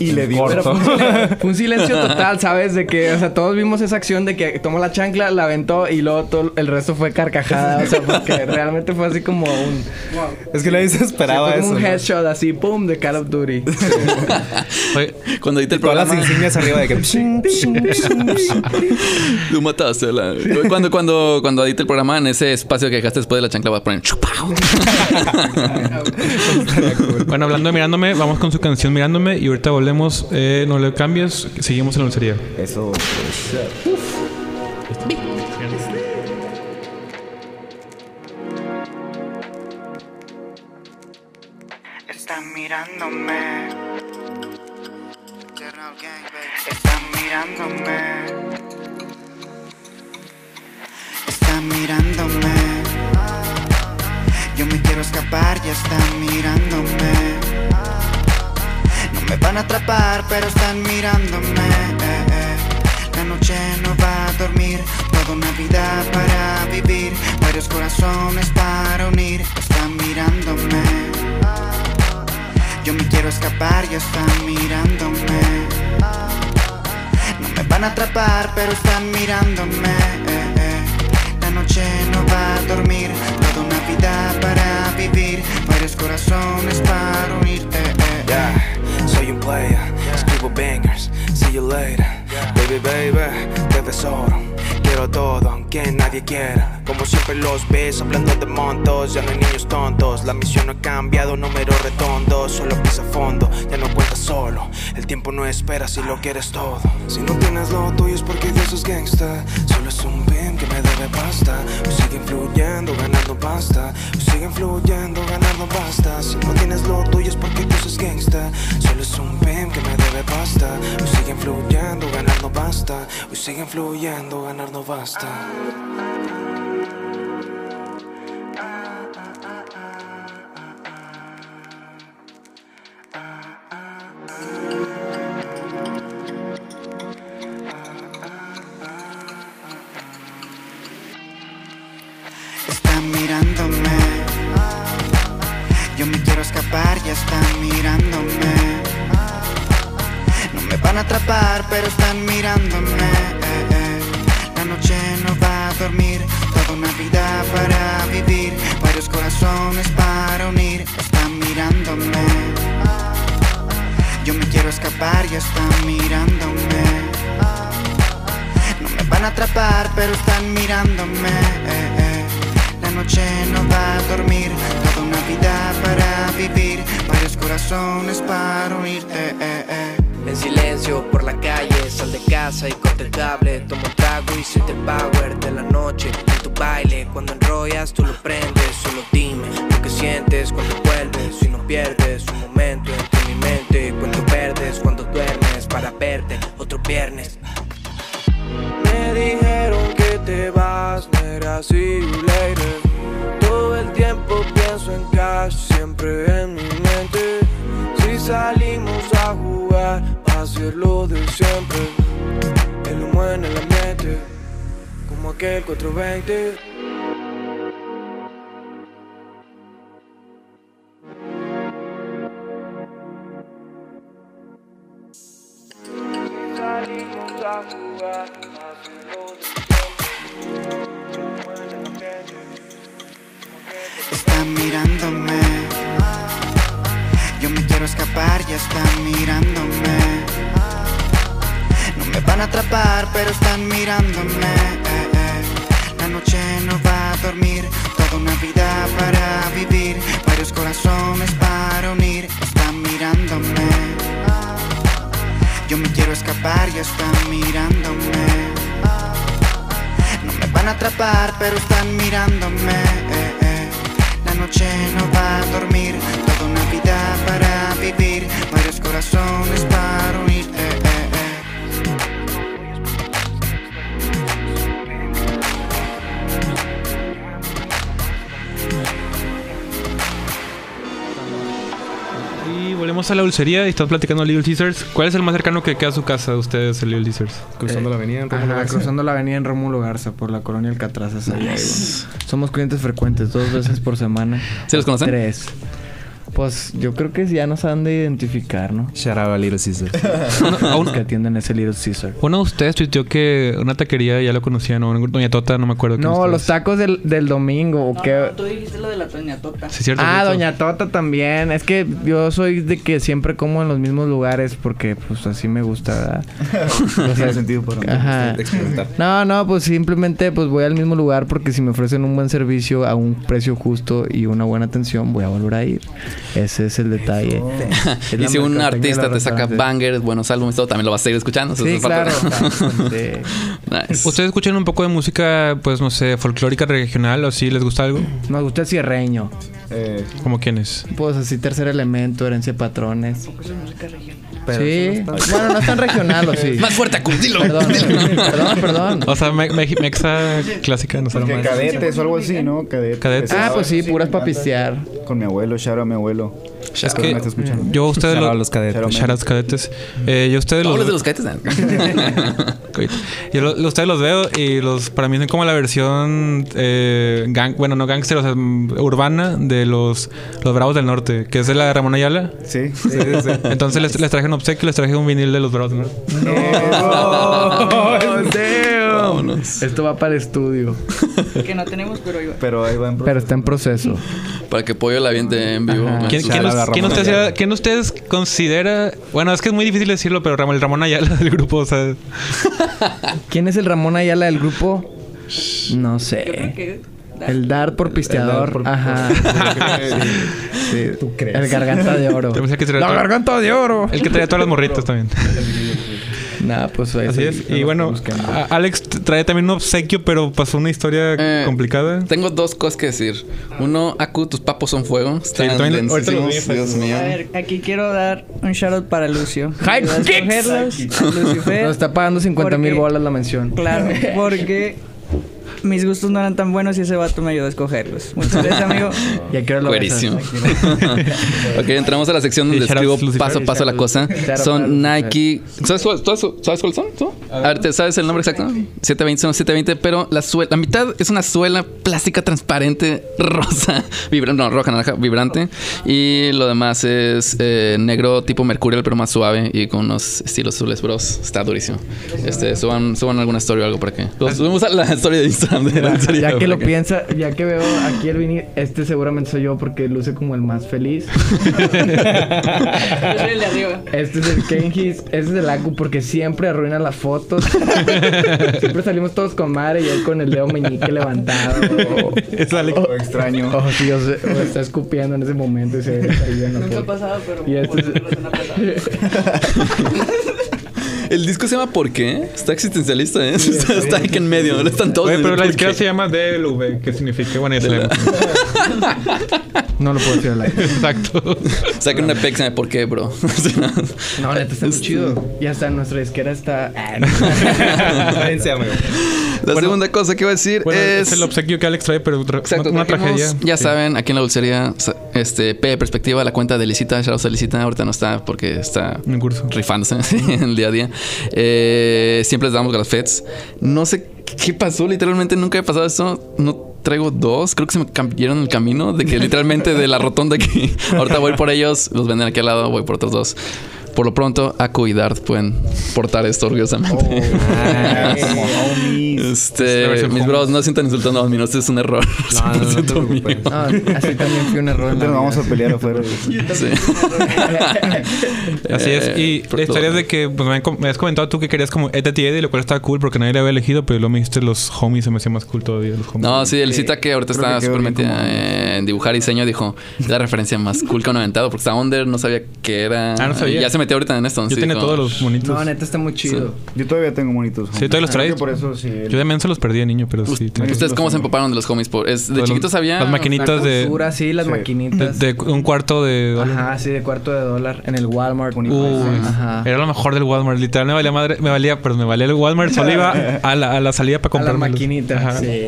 Speaker 4: Y le dio.
Speaker 8: Corto.
Speaker 10: Fue un silencio total, ¿sabes? De que, o sea, todos vimos esa acción de que tomó la chancla, la aventó y luego todo el resto fue carcajada. O sea,
Speaker 8: [laughs]
Speaker 10: porque realmente fue así como un.
Speaker 8: Es que nadie se esperaba
Speaker 10: fue como
Speaker 8: eso.
Speaker 10: un
Speaker 8: ¿no?
Speaker 10: headshot así, ¡pum! de Call of Duty.
Speaker 2: Oye,
Speaker 3: Cuando edité el
Speaker 8: Todas las
Speaker 3: programa,
Speaker 8: insignias arriba [laughs] de que...
Speaker 3: [laughs] tú mataste a la... Cuando, cuando, cuando edité el programa, en ese espacio que dejaste después de la chancla, vas a poner... chupau.
Speaker 2: bueno, hablando de mirándome, vamos con su canción Mirándome y ahorita volvemos. Eh, no le cambies, seguimos en la dulcería.
Speaker 4: Eso.
Speaker 1: Están mirándome. Están mirándome. Están mirándome. Yo me quiero escapar, ya están mirándome. No me van a atrapar, pero están mirándome. eh, eh. La noche no va a dormir, toda una vida para vivir, varios corazones para unir, están mirándome. Yo me quiero escapar, ya están mirándome. No me van a atrapar, pero están mirándome. eh, eh. La noche no va a dormir, toda una vida para vivir, varios corazones para unirte.
Speaker 11: Yeah, soy un player, escribo bangers, see you later. Baby, baby, te tesoro. Quiero todo, aunque nadie quiera. Como siempre los ves, hablando de montos. Ya no hay niños tontos. La misión no ha cambiado, número redondo. Solo pisa a fondo, ya no cuentas solo. El tiempo no espera si lo quieres todo. Si no tienes lo tuyo es porque Dios es gangsta. Solo es un bien que me debe pasta. Siguen fluyendo, ganando pasta. Siguen fluyendo, ganando pasta. Si no tienes lo tuyo es porque Dios es gangsta. Solo es un bien que me debe pasta. Siguen fluyendo, ganando pasta. Siguen fluyendo, ganando pasta.
Speaker 1: Están mirándome. Yo me quiero escapar, ya están mirándome. No me van a atrapar, pero están mirándome. eh, eh. La noche no va a dormir, toda una vida para vivir, varios corazones para unir. Están mirándome. Yo me quiero escapar, ya están mirándome. No me van a atrapar, pero están mirándome. eh, eh. La noche no va a dormir, toda una vida para vivir, varios corazones para unir. eh, eh, eh.
Speaker 11: En silencio por la calle, sal de casa y corta el cable. Tomo un trago y soy el power de la noche. En tu baile, cuando enrollas tú lo prendes. Solo dime lo que sientes cuando vuelves. Si no pierdes un momento entre mi mente. Cuando perdes, cuando duermes para verte otro viernes. Me dijeron que te vas, no era así, you later. Todo el tiempo pienso en cash, siempre en mi mente. Si salimos a jugar, va a ser lo de siempre. El humo en el ambiente, como aquel 420.
Speaker 1: Están mirándome. Yo me quiero escapar, ya están mirándome. No me van a atrapar, pero están mirándome. eh, eh. La noche no va a dormir, toda una vida para vivir, varios corazones para unir. Están mirándome. Yo me quiero escapar y están mirándome. No me van a atrapar, pero están mirándome. eh, eh. La noche no va a dormir, toda una vida para vivir, varios corazones para unir. eh, eh, eh.
Speaker 2: Y volvemos a la dulcería y estamos platicando de Little Caesars. ¿Cuál es el más cercano que queda a su casa de ustedes, el Little Caesars?
Speaker 8: Cruzando la avenida. en Rómulo
Speaker 5: Ajá,
Speaker 8: García.
Speaker 5: cruzando la avenida en Rómulo Garza por la colonia Alcatraz. es ahí, güey. Somos clientes frecuentes, dos veces por semana.
Speaker 3: ¿Sí los conocen?
Speaker 5: Tres. Pues yo creo que ya nos han de identificar, ¿no?
Speaker 8: Shout out a Little Caesar.
Speaker 6: [laughs]
Speaker 5: Los que atienden ese Little Caesar.
Speaker 2: Uno de ustedes tuiteó que una taquería ya lo conocían, o Doña Tota, no me acuerdo. quién
Speaker 5: No,
Speaker 2: ustedes.
Speaker 5: los tacos del, del domingo. ¿o
Speaker 7: No,
Speaker 5: qué?
Speaker 7: no, tú dijiste lo de la Toña Tota.
Speaker 2: Sí, cierto,
Speaker 5: Ah,
Speaker 2: cierto.
Speaker 5: Doña Tota también. Es que yo soy de que siempre como en los mismos lugares porque pues así me gusta. ¿verdad?
Speaker 4: No tiene sentido para mí.
Speaker 5: Ajá. [laughs] No, no, pues simplemente pues voy al mismo lugar porque si me ofrecen un buen servicio a un precio justo y una buena atención, voy a volver a ir. Ese es el detalle.
Speaker 3: [laughs]
Speaker 5: Es la
Speaker 3: Y si un
Speaker 5: mercadotecnia de
Speaker 3: artista te
Speaker 5: los
Speaker 3: saca
Speaker 5: restaurantes.
Speaker 3: bangers, buenos álbumes, todo, también lo vas a seguir escuchando. eso
Speaker 5: Sí,
Speaker 3: es parte
Speaker 5: claro.
Speaker 3: de- [laughs]
Speaker 5: Sí. Pues
Speaker 3: Nice.
Speaker 2: ¿Ustedes escuchan un poco de música, pues no sé, folclórica, regional o si les gusta algo?
Speaker 5: Nos gusta el cierreño.
Speaker 4: Eh,
Speaker 2: ¿Como quiénes?
Speaker 5: Pues así tercer elemento, herencia de patrones.
Speaker 8: Pero
Speaker 5: sí. bueno, no es tan regional o sí.
Speaker 3: [laughs] Más Oh, fuerte, Cus, dilo. [laughs]
Speaker 5: Perdón, perdón, perdón.
Speaker 2: O sea, me- me- mexa clásica, no sé.
Speaker 4: porque
Speaker 2: nomás.
Speaker 4: pues cadetes o algo así, ¿no? Cadetes.
Speaker 2: Cadetes.
Speaker 5: Ah, pues sí, puras
Speaker 4: me encanta.
Speaker 5: papistear.
Speaker 4: Con mi abuelo, shout out a mi abuelo.
Speaker 2: Es
Speaker 4: que
Speaker 2: que
Speaker 4: me está escuchando.
Speaker 2: yo a ustedes
Speaker 8: Shout out a
Speaker 2: los...
Speaker 8: los cadetes.
Speaker 4: Shout out.
Speaker 2: Shoutouts cadetes. Eh, yo a ustedes
Speaker 3: Hablas
Speaker 2: los...
Speaker 3: de los caetes.
Speaker 5: [laughs]
Speaker 2: Coito. Yo lo- lo- ustedes los veo y los para mí son como la versión eh, gang- bueno no gangster o sea mm, urbana de los los Bravos del Norte que es de la de Ramón Ayala
Speaker 4: [laughs] Sí, sí, sí. sí.
Speaker 2: entonces les, les traje un obsequio les traje un vinil de los Bravos del Norte
Speaker 3: Oh, Vámonos.
Speaker 5: Esto va para el estudio,
Speaker 7: Que no tenemos, pero iba.
Speaker 4: [laughs] Pero ahí va en
Speaker 5: pero está en proceso.
Speaker 3: Para que Pollo la aviente en vivo.
Speaker 5: Ajá.
Speaker 2: ¿Quién,
Speaker 3: Sí.
Speaker 2: quién
Speaker 8: la
Speaker 2: us-
Speaker 8: de Ramón
Speaker 2: quién ustedes,
Speaker 8: Ayala.
Speaker 2: quién ustedes considera bueno es que es muy difícil decirlo pero Ramón el Ramón Ayala [laughs] del grupo o sea
Speaker 5: ¿Quién es el Ramón Ayala del grupo? No
Speaker 7: Yo creo
Speaker 5: sé.
Speaker 7: que.
Speaker 5: El Dar por pisteador. Ajá. [laughs] Sí.
Speaker 8: ¿Tú crees?
Speaker 5: El garganta de oro.
Speaker 2: Yo pensé que sería
Speaker 5: la
Speaker 2: todo.
Speaker 5: garganta
Speaker 8: [laughs]
Speaker 5: de oro.
Speaker 2: el que traía todas las morritas también
Speaker 5: Nah, pues
Speaker 2: así es y bueno a- Alex t- trae también un obsequio pero pasó una historia
Speaker 3: Eh, [laughs]
Speaker 2: complicada
Speaker 3: Tengo dos cosas que decir. Uno, Aku, tus papos son fuego. Están
Speaker 2: también- ahorita los
Speaker 3: densísimos,
Speaker 2: vi,
Speaker 3: Dios mío.
Speaker 7: A ver, aquí quiero dar un shoutout para Lucio.
Speaker 5: Hi,
Speaker 7: Ayudó a
Speaker 5: Kicks.
Speaker 7: escogerlos, Lucifer.
Speaker 5: Nos está pagando 50 mil
Speaker 7: Porque-
Speaker 5: bolas la mención.
Speaker 7: Claro, porque mis gustos no eran tan buenos y ese vato me ayudó a escogerlos. Muchas gracias, amigo.
Speaker 5: Y aquí ahora lo besas.
Speaker 3: Buenísimo. [laughs] ok, entramos a la sección donde
Speaker 2: Sí, shout out
Speaker 3: escribo
Speaker 2: Lucifer.
Speaker 3: paso a paso la cosa.
Speaker 5: Shout out
Speaker 3: Son
Speaker 5: a Lucifer.
Speaker 3: Nike. ¿Sabes, cuál- tú- ¿Sabes cuáles son? ¿Tú? A ver, ¿te ¿sabes el nombre exacto? 720 son 720, pero la suela, la mitad es una suela plástica transparente [laughs] rosa, vibrante, no, roja, naranja, vibrante. Y lo demás es eh, negro tipo mercurial, pero más suave y con unos estilos azules, bros. Está durísimo. Este, suban, suban alguna story o algo para que. Los subimos a la historia de Instagram de
Speaker 2: [laughs]
Speaker 3: la serie,
Speaker 5: Ya que
Speaker 3: para
Speaker 5: lo piensa, ya que veo aquí el vinil, este seguramente soy yo porque luce como el más feliz.
Speaker 3: [laughs]
Speaker 7: Yo soy el de arriba.
Speaker 5: Este es el Kenjis, este es el Aku porque siempre arruina las fotos. [laughs] siempre salimos todos con madre y él con el dedo meñique levantado. O,
Speaker 2: [laughs] es Alex
Speaker 3: Oh,
Speaker 5: o- [laughs]
Speaker 4: extraño.
Speaker 5: o si yo sé- o Oh, está escupiendo en ese momento y se ve ahí en la
Speaker 7: Nunca ha
Speaker 5: foto.
Speaker 7: pasado, pero.
Speaker 5: Y este
Speaker 7: por
Speaker 5: es-
Speaker 7: decirlo, suena pesado.
Speaker 3: [laughs] El disco se llama ¿Por qué? Está existencialista, ¿eh? [laughs] está, está aquí en medio, no están todos.
Speaker 2: Oye,
Speaker 3: en el
Speaker 2: pero la
Speaker 3: ¿por
Speaker 2: izquierda
Speaker 3: qué?
Speaker 2: se llama DLV, que significa, bueno, ya sabemos.
Speaker 5: [laughs] No lo puedo decir al aire.
Speaker 2: [laughs] Exacto.
Speaker 3: Saquen una pexa de ¿Por qué, bro? [laughs] O sea,
Speaker 5: No, neta, está muy chido. Y hasta nuestra disquera está. Ah, no.
Speaker 8: Valencia, amigo.
Speaker 3: la segunda cosa que iba a decir
Speaker 2: Bueno, es...
Speaker 3: es...
Speaker 2: el obsequio que Alex trae, pero tra-
Speaker 3: Exacto,
Speaker 2: una
Speaker 3: trajimos,
Speaker 2: tragedia.
Speaker 3: Ya
Speaker 2: Sí.
Speaker 3: saben, aquí en la dulcería, sa- este, P de perspectiva, la cuenta de Licita, shoutouts a Licita, ahorita no está porque está
Speaker 2: Un curso.
Speaker 3: rifándose [laughs] sí, en el día a día. Eh, siempre les damos grafets. No sé qué pasó, literalmente nunca he pasado eso. No traigo dos, creo que se me cambiaron el camino de que literalmente de la rotonda que [laughs] ahorita voy por ellos, los venden aquí al lado, voy por otros dos. Por lo pronto, a cuidar pueden portar esto orgullosamente.
Speaker 4: Como
Speaker 2: Es
Speaker 4: homies.
Speaker 2: la
Speaker 3: Este,
Speaker 2: versión
Speaker 3: mis
Speaker 2: home.
Speaker 3: bros, no se sientan insultando a mí, no, este es un error.
Speaker 8: No, no, no te
Speaker 3: 100% mío.
Speaker 8: preocupes.
Speaker 5: No, así también fue un error. en la
Speaker 4: Ahorita nos vamos a
Speaker 5: vida.
Speaker 4: pelear [laughs] afuera.
Speaker 3: Sí.
Speaker 2: [laughs] Así es. Y
Speaker 3: Eh,
Speaker 2: la historia es
Speaker 3: perdón.
Speaker 2: de que pues, me, han com- me has comentado tú que querías como ETTD, lo cual estaba cool porque nadie le había elegido, pero luego me dijiste los homies, se me hacía más cool todavía los homies.
Speaker 3: [laughs] No, sí, el cita que ahorita
Speaker 4: Creo que
Speaker 3: está
Speaker 4: quedó
Speaker 3: súper
Speaker 4: bien
Speaker 3: metida
Speaker 4: como-
Speaker 3: en dibujar y diseño dijo la referencia más cool que han aventado porque está under, no sabía qué era.
Speaker 2: Ah, no sabía.
Speaker 3: Y Ya se metí ahorita en esto.
Speaker 2: Yo tenía todos los monitos.
Speaker 5: No, neta, está muy chido.
Speaker 4: Yo todavía tengo monitos.
Speaker 2: Sí, todavía los
Speaker 4: Creo que
Speaker 2: traes.
Speaker 4: Por eso sí. el-
Speaker 2: Yo también se los perdí de niño, pero sí. tenía-
Speaker 3: ¿Ustedes cómo se empaparon de los homies? Por, es, de
Speaker 2: Todos los-
Speaker 3: chiquitos había...
Speaker 2: Las maquinitas
Speaker 5: La
Speaker 2: de,
Speaker 5: cultura, sí, las
Speaker 4: Sí.
Speaker 2: de,
Speaker 5: maquinitas.
Speaker 2: de un cuarto de dólar.
Speaker 5: Ajá, sí, de cuarto de dólar en el Walmart.
Speaker 2: Uy,
Speaker 5: Ajá.
Speaker 2: era lo mejor del Walmart. Literal, me valía madre. Me valía, pero me valía el Walmart. Solo
Speaker 5: [laughs]
Speaker 2: iba a la, a la salida para
Speaker 5: A la
Speaker 2: comprar
Speaker 5: maquinita. Sí.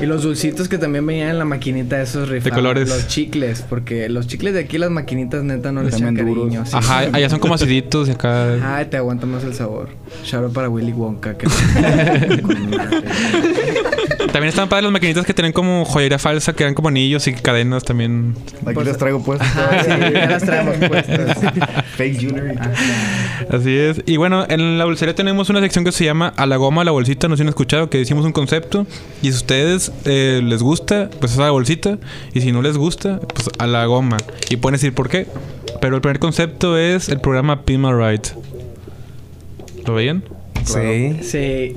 Speaker 5: Y los dulcitos que también venían en la maquinita, esos rifados.
Speaker 2: colores.
Speaker 5: Los chicles, porque los chicles de aquí, las maquinitas, neta, no les echan
Speaker 4: También duros.
Speaker 5: cariño. sí.
Speaker 2: Ajá, allá son como aciditos y acá.
Speaker 5: Ay, te aguanta más el sabor. Shout out para Willy Wonka. Que...
Speaker 2: También estaban padres las maquinitas que tenían como joyería falsa, que eran como anillos y cadenas también.
Speaker 4: Aquí les traigo puestos.
Speaker 5: Ah, sí, ya las traemos puestas.
Speaker 4: [laughs] Fake jewelry.
Speaker 2: Así es. Y bueno, en la bolsería tenemos una sección que se llama A la goma, a la bolsita. No sé si han escuchado que decimos un concepto. Y si a ustedes eh, les gusta, pues es a la bolsita. Y si no les gusta, pues a la goma. Y pueden decir por qué. Pero el primer concepto es el programa Pima Right. ¿Lo veían?
Speaker 6: Sí.
Speaker 5: Sí.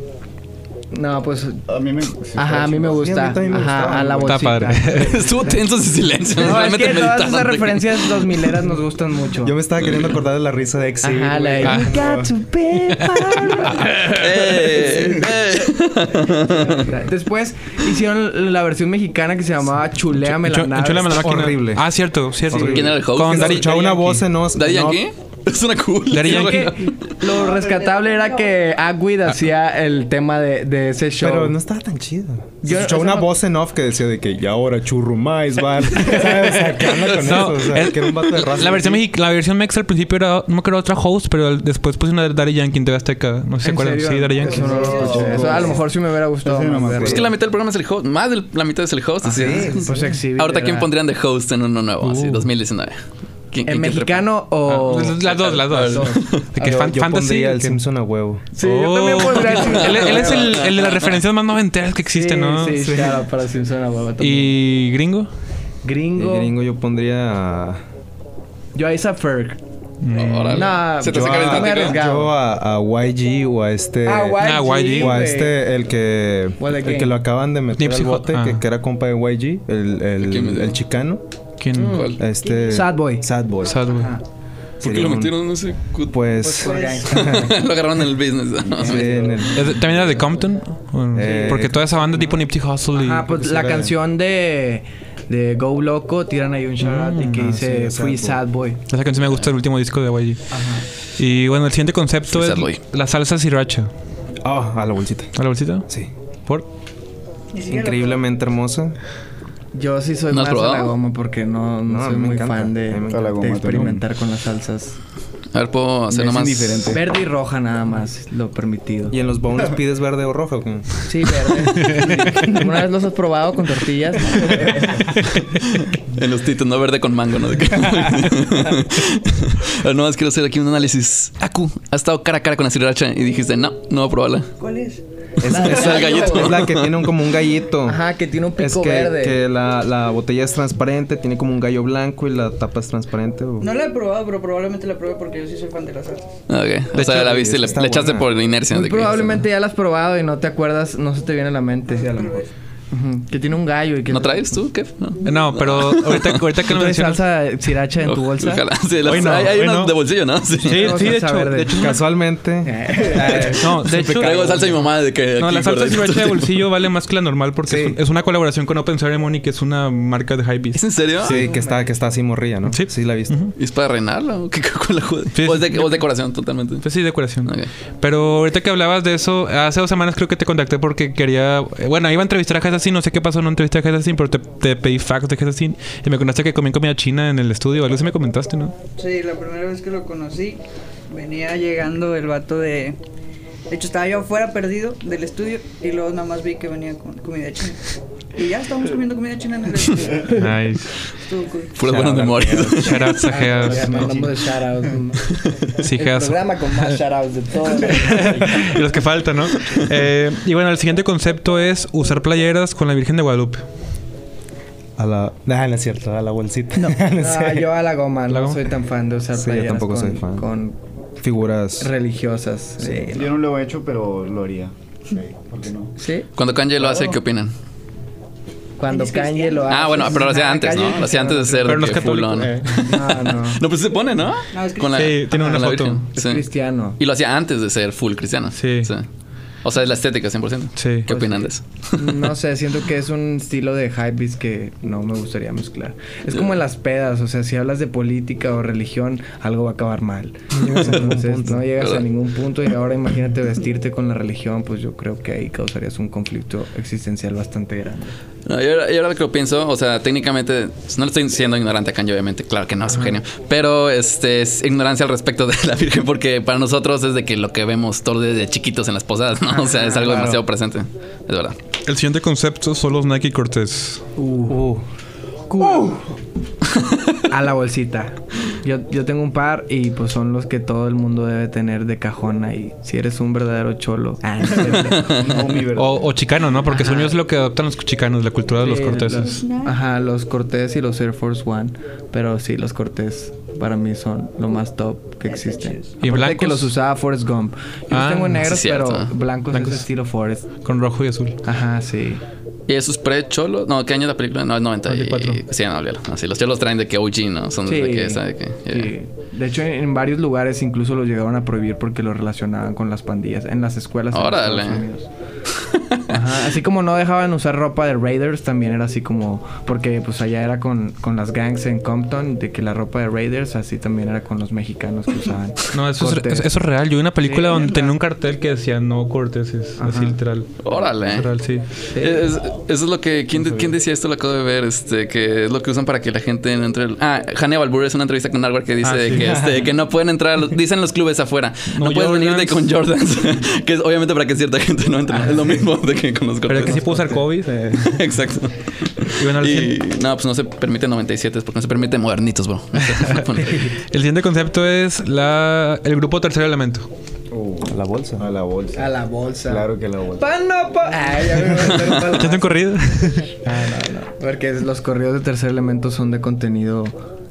Speaker 5: No, pues.
Speaker 4: A mí me. sí,
Speaker 5: Ajá,
Speaker 4: está
Speaker 5: a mí me
Speaker 4: chido.
Speaker 5: gusta.
Speaker 6: también me
Speaker 5: Ajá,
Speaker 6: gustaba,
Speaker 5: a la
Speaker 2: Está
Speaker 5: bolsita.
Speaker 2: padre.
Speaker 3: [laughs] Estuvo tenso ese silencio.
Speaker 5: No, es
Speaker 3: realmente
Speaker 5: que todas
Speaker 3: meditando.
Speaker 5: esas referencias dos mileras nos gustan mucho.
Speaker 6: Yo me estaba queriendo acordar de la risa de Exhibit.
Speaker 5: Ajá, la de-
Speaker 2: Ah,
Speaker 6: güey.
Speaker 5: You got to be
Speaker 3: [laughs] Eh, eh.
Speaker 5: my- Después hicieron la versión mexicana que se llamaba Chuleame la
Speaker 2: Chu-
Speaker 5: nave.
Speaker 2: chúlame la máquina.
Speaker 6: horrible.
Speaker 2: Ah, cierto, cierto.
Speaker 3: ¿Quién era el host?
Speaker 2: Con
Speaker 6: Se
Speaker 2: Dari-
Speaker 6: escuchaba una voz en os.
Speaker 3: ¿Daddy
Speaker 6: en off.
Speaker 3: Yankee? [laughs] Es una cool.
Speaker 2: Daddy
Speaker 3: Sí, güey.
Speaker 2: Yankee.
Speaker 5: Lo rescatable era que Agüid hacía el tema de, de ese show.
Speaker 6: Pero no estaba tan chido. Se
Speaker 5: Yo-
Speaker 6: escuchaba
Speaker 5: o sea,
Speaker 6: una
Speaker 5: no-
Speaker 6: voz en off que decía de que y ahora churro
Speaker 8: [laughs]
Speaker 6: más, ¿vale? ¿Sabes? O sea, ¿qué onda con
Speaker 2: No,
Speaker 6: eso? O sea,
Speaker 2: el-
Speaker 6: que era un vato de raza.
Speaker 2: La versión, mexi- la versión mexa al principio era, no me acuerdo, otra host, pero el- después puse una de Daddy Yankee en TV Azteca. No sé si se
Speaker 5: ¿En
Speaker 2: acuerdan.
Speaker 5: serio?
Speaker 2: Sí, Daddy Yankee.
Speaker 5: Eso no lo escuché. Eso a lo mejor sí me hubiera gustado.
Speaker 4: Ese no
Speaker 5: más
Speaker 4: me
Speaker 5: verlo.
Speaker 3: Es que la mitad del programa es el host. Más de la mitad es el host. así es.
Speaker 5: Pues exhibir
Speaker 3: Ahorita, ¿quién
Speaker 5: era-
Speaker 3: pondrían de host en uno nuevo? Así, 2019. ¿Quién-
Speaker 5: ¿El
Speaker 3: quién- quién
Speaker 5: mexicano
Speaker 2: Ah,
Speaker 5: o...?
Speaker 2: Las dos, las dos. De que
Speaker 6: Yo-
Speaker 2: fan-
Speaker 6: yo
Speaker 2: fantasy.
Speaker 6: pondría el
Speaker 2: que-
Speaker 6: Simpson a huevo.
Speaker 5: Sí, yo también
Speaker 2: Oh. [laughs]
Speaker 5: pondría el Simpson.
Speaker 2: él, él es el, el de las referencias más noventeras que existe,
Speaker 5: sí,
Speaker 2: ¿no?
Speaker 5: Sí, claro, para Simpson a huevo también.
Speaker 2: ¿Y gringo?
Speaker 6: El
Speaker 5: Gringo.
Speaker 6: gringo yo pondría a...
Speaker 5: Yo a esa Ferg.
Speaker 3: pondría? Órale.
Speaker 5: Nah,
Speaker 3: ¿Se te
Speaker 5: yo
Speaker 3: saca el
Speaker 5: a-
Speaker 3: estético?
Speaker 5: me arriesgaba.
Speaker 6: Yo a, a YG o a este...
Speaker 2: Ah, YG,
Speaker 6: O a
Speaker 5: güey.
Speaker 6: este, el que...
Speaker 5: O el de
Speaker 6: El que
Speaker 5: Game.
Speaker 6: lo acaban de meter
Speaker 2: Nipsey
Speaker 6: al bote,
Speaker 2: Hussle.
Speaker 6: que,
Speaker 2: Ah.
Speaker 6: que era compa de YG. El, el,
Speaker 3: quién me dio?
Speaker 6: el chicano.
Speaker 2: ¿Quién?
Speaker 5: Mm.
Speaker 3: ¿Cuál?
Speaker 6: Este...
Speaker 5: Sad Boy.
Speaker 6: Sad Boy.
Speaker 2: Sad, güey.
Speaker 3: ¿Por qué lo
Speaker 6: Sería un-
Speaker 3: metieron en ese cut? [laughs]
Speaker 6: Pues...
Speaker 3: lo agarraron en el business. ¿no?
Speaker 6: sí, en el-
Speaker 2: ¿Es de- ¿También era de Compton? ¿O no?
Speaker 6: Eh,
Speaker 2: Porque toda esa banda tipo Nipsey Hussle y...
Speaker 5: Ah, pues la canción de, de Go Loco, tiran ahí un shout out y que
Speaker 2: Ah,
Speaker 5: dice
Speaker 6: sí,
Speaker 5: Fui
Speaker 6: Sad
Speaker 5: Sad Boy.
Speaker 2: Esa canción me gusta el último disco de YG. Y bueno, el siguiente concepto
Speaker 3: Sí,
Speaker 2: es
Speaker 3: Sad Boy.
Speaker 2: la salsa sriracha.
Speaker 6: Ah, a la bolsita.
Speaker 2: ¿A la bolsita?
Speaker 6: Sí.
Speaker 2: ¿Por?
Speaker 6: Increíblemente hermosa.
Speaker 5: Yo sí soy
Speaker 3: ¿No has
Speaker 5: más a la
Speaker 3: probado?
Speaker 5: goma porque no, no
Speaker 6: No, a
Speaker 5: soy
Speaker 6: mí me
Speaker 5: muy
Speaker 6: encanta.
Speaker 5: fan de,
Speaker 6: A mí me
Speaker 5: de
Speaker 4: A la goma
Speaker 5: experimentar con las salsas.
Speaker 3: A ver, puedo hacer
Speaker 4: Es
Speaker 3: nomás.
Speaker 4: indiferente. Sí.
Speaker 5: Verde y roja nada más, lo permitido.
Speaker 6: ¿Y en los bonus pides verde o rojo?
Speaker 5: Sí, [laughs] verde. ¿Alguna vez los has probado con [laughs] tortillas?
Speaker 3: [laughs] En los titos, no verde con mango, ¿no? [laughs] De que- Ahora nomás quiero hacer aquí un análisis. Aku, has estado cara a cara con la sriracha y dijiste, no, no voy a probarla.
Speaker 7: ¿Cuál es?
Speaker 6: Es, es-
Speaker 3: el gallito.
Speaker 6: es la que tiene un- como un gallito.
Speaker 5: Ajá, que tiene un pico
Speaker 6: Es que,
Speaker 5: verde.
Speaker 6: que la, la botella es transparente, tiene como un gallo blanco y la tapa es transparente. o-
Speaker 7: No la he probado, pero probablemente la pruebe porque yo sí soy fan de las salsas.
Speaker 3: Ok, o sea,
Speaker 6: hecho,
Speaker 3: la viste y le,
Speaker 6: está
Speaker 3: le echaste
Speaker 6: buena.
Speaker 3: por inercia.
Speaker 5: Muy
Speaker 3: de que-
Speaker 5: probablemente ya las has probado y no te acuerdas, no se te viene a la mente. Ujú, Que tiene un gallo y que...
Speaker 3: ¿No traes tú, Kev? No.
Speaker 2: No,
Speaker 5: [laughs]
Speaker 2: pero ahorita, ahorita que
Speaker 5: ¿Tú
Speaker 2: lo
Speaker 5: traes
Speaker 2: mencionas...
Speaker 5: salsa sriracha en tu bolsa? [laughs]
Speaker 3: Ojalá. Sí, las-
Speaker 2: Hoy no,
Speaker 3: hay hay
Speaker 2: hoy
Speaker 3: unas
Speaker 2: no.
Speaker 3: de bolsillo, ¿no? Sí.
Speaker 2: Sí,
Speaker 5: Tengo
Speaker 2: sí, de
Speaker 5: salsa
Speaker 2: hecho,
Speaker 5: verde.
Speaker 2: de hecho,
Speaker 6: Casualmente.
Speaker 5: Eh.
Speaker 2: Eh, No, de hecho...
Speaker 3: Traigo salsa de mi mamá de que.
Speaker 2: No,
Speaker 3: aquí
Speaker 2: la salsa
Speaker 3: [laughs] gordita.
Speaker 2: sriracha de bolsillo vale más que la normal porque
Speaker 6: Sí.
Speaker 2: es, un- es una colaboración con Open Ceremony, que es una marca de hypebeast.
Speaker 3: ¿Es en serio?
Speaker 6: Sí, que está, que está así morrilla, ¿no?
Speaker 2: Sí.
Speaker 6: la viste.
Speaker 3: ¿Y es para reinarla? ¿O, [laughs] qué, con la jode-
Speaker 2: Sí,
Speaker 3: o es de,
Speaker 2: sí.
Speaker 3: o es decoración totalmente?
Speaker 2: Pues sí, decoración.
Speaker 3: [laughs] Ok.
Speaker 2: Pero ahorita que hablabas de eso, hace dos semanas creo que te contacté porque quería. eh, Bueno, iba a entrevistar a Hasassin, no sé qué pasó, no entrevisté a Hasassin, pero te, te pedí facts de Hasassin y me contaste que comí comida china en el estudio. Algo así me comentaste, ¿no?
Speaker 7: Sí, la primera vez que lo conocí, venía llegando el vato de. De hecho, estaba yo afuera perdido del estudio y luego nada más vi que venía con comida china. Y ya estábamos comiendo comida china en
Speaker 2: [laughs]
Speaker 7: el estudio.
Speaker 2: Nice.
Speaker 7: Estuvo cool.
Speaker 3: Puras buenas memorias.
Speaker 2: Shoutouts a
Speaker 5: Ya
Speaker 2: Heas.
Speaker 5: hablamos
Speaker 3: [laughs]
Speaker 5: de shoutouts.
Speaker 2: Sí,
Speaker 5: El
Speaker 2: Heas.
Speaker 5: programa con más shoutouts de todos.
Speaker 2: y [laughs] los que faltan, ¿no? Eh, y bueno, el siguiente concepto es usar playeras con la Virgen de Guadalupe.
Speaker 6: A la. Ah, no es cierto, a la bolsita. [laughs] No,
Speaker 5: No, Ah,
Speaker 6: sé.
Speaker 5: yo a la goma
Speaker 2: ¿La
Speaker 5: no
Speaker 2: goma?
Speaker 5: soy tan fan de usar
Speaker 6: Sí, yo
Speaker 5: playeras
Speaker 6: tampoco
Speaker 5: con,
Speaker 6: soy fan.
Speaker 5: con
Speaker 6: Figuras.
Speaker 5: religiosas. eh, Sí.
Speaker 4: Yo no lo he hecho, pero lo haría. Sí, ¿Por qué no?
Speaker 5: ¿Sí?
Speaker 3: Cuando Kanye lo hace, ¿qué opinan?
Speaker 10: Cuando Kanye lo hace.
Speaker 3: Ah, bueno,
Speaker 5: pues,
Speaker 3: pero lo hacía
Speaker 10: Ajá,
Speaker 3: antes, ¿no?
Speaker 10: Kanye-
Speaker 3: Lo hacía antes de ser
Speaker 2: Pero no
Speaker 3: de
Speaker 2: es
Speaker 3: que
Speaker 2: católico,
Speaker 3: fulón.
Speaker 2: eh.
Speaker 10: No, no.
Speaker 3: [laughs] No, pues se pone, ¿no?
Speaker 7: No, es
Speaker 2: Sí, tiene una
Speaker 3: con la
Speaker 2: foto.
Speaker 3: Virgen.
Speaker 5: Es
Speaker 3: Sí.
Speaker 5: cristiano.
Speaker 3: Y lo hacía antes de ser full cristiano.
Speaker 2: Sí.
Speaker 3: O sea, es la estética 100%.
Speaker 2: Sí.
Speaker 3: ¿Qué opinan de eso?
Speaker 5: No sé, siento que es un estilo de hypebeast que no me gustaría mezclar. Es como en las pedas, o sea, si hablas de política o religión, algo va a acabar mal. Entonces, no llegas a
Speaker 3: ¿Verdad?
Speaker 5: ningún punto y ahora imagínate vestirte con la religión, pues yo creo que ahí causarías un conflicto existencial bastante grande.
Speaker 3: No, yo, ahora- yo ahora que lo pienso, o sea, técnicamente, no le estoy diciendo ignorante a Kanye, obviamente, claro que no, es un genio, pero este, es ignorancia al respecto de la Virgen, porque para nosotros es de que lo que vemos todos desde chiquitos en las posadas, ¿no? O sea, es algo demasiado presente, es verdad.
Speaker 2: El siguiente concepto son los Nike Cortez.
Speaker 5: Uh. [laughs] A la bolsita. Yo, yo tengo un par y pues son los que todo el mundo debe tener de cajona y si eres un verdadero cholo. Ah, no, no, mi verdadero.
Speaker 2: O, o chicanos, ¿no? Porque son ellos lo que adoptan los chicanos, la cultura de los
Speaker 5: Sí,
Speaker 2: corteses.
Speaker 5: los- ajá, los Cortés y los Air Force One. Pero sí, los Cortés para mí son lo más top que existen.
Speaker 2: ¿Y
Speaker 5: Aparte
Speaker 2: blancos?
Speaker 5: que los usaba Forrest Gump. Yo
Speaker 2: Ah,
Speaker 5: los tengo en
Speaker 2: sí,
Speaker 5: negros, pero
Speaker 3: cierto.
Speaker 5: blancos,
Speaker 2: Blancos.
Speaker 5: es estilo Forrest.
Speaker 2: Con rojo y azul.
Speaker 5: Ajá, sí.
Speaker 3: ¿Y esos pre-cholos? No, ¿qué año es la película? No, es 90.
Speaker 2: 94.
Speaker 3: Y, sí, no, olvídalo. No, sí, los cholos traen de que OG, ¿no? Son
Speaker 5: Sí,
Speaker 3: de que, esa, de que-
Speaker 5: sí. De hecho, en, en varios lugares incluso los llegaron a prohibir porque lo relacionaban con las pandillas en las escuelas. en
Speaker 3: Órale.
Speaker 5: Estados Unidos. Ajá, Así como no dejaban usar ropa de Raiders, también era así como... Porque pues allá era con, con las gangs en Compton, de que la ropa de Raiders así también era con los mexicanos que usaban.
Speaker 2: [laughs] No, eso es,
Speaker 5: cortes.
Speaker 2: eso es real. Yo vi una película
Speaker 5: Sí,
Speaker 2: donde
Speaker 5: neta.
Speaker 2: tenía un cartel que decía no corteses. Así literal.
Speaker 3: Órale.
Speaker 2: Literal, sí.
Speaker 3: Eh, Es- eso es lo que. ¿quién, quién decía esto? Lo acabo de ver. Este, que es lo que usan para que la gente no entre. al- Ah, Hannah Balbur es una entrevista con Hardware que dice
Speaker 2: Ah, sí.
Speaker 3: que, este, que no pueden entrar. a los- Dicen los
Speaker 2: [laughs]
Speaker 3: clubes afuera. No,
Speaker 2: No
Speaker 3: puedes venir de
Speaker 2: Jordans. Ah,
Speaker 3: con Jordans. [laughs] que es obviamente para que cierta gente no entre. es lo mismo de que con los
Speaker 2: Pero que sí
Speaker 3: cortes. [laughs]
Speaker 2: puedo usar COVID.
Speaker 3: Exacto.
Speaker 2: Y bueno, el,
Speaker 3: Y
Speaker 2: siguiente-
Speaker 3: no, pues no se permite 97 porque no se permite
Speaker 2: [laughs]
Speaker 3: modernitos, bro.
Speaker 2: el siguiente concepto es la, el grupo Tercer Elemento.
Speaker 4: Oh,
Speaker 6: A la bolsa.
Speaker 4: a la bolsa.
Speaker 10: A la bolsa.
Speaker 4: Claro que a la bolsa.
Speaker 10: Pan no pa- Ah, ya me voy a meter pa'l-
Speaker 2: ¿Ya te han corrido?
Speaker 5: Ah, no, no. [laughs] Porque es- los correos de tercer elemento son de contenido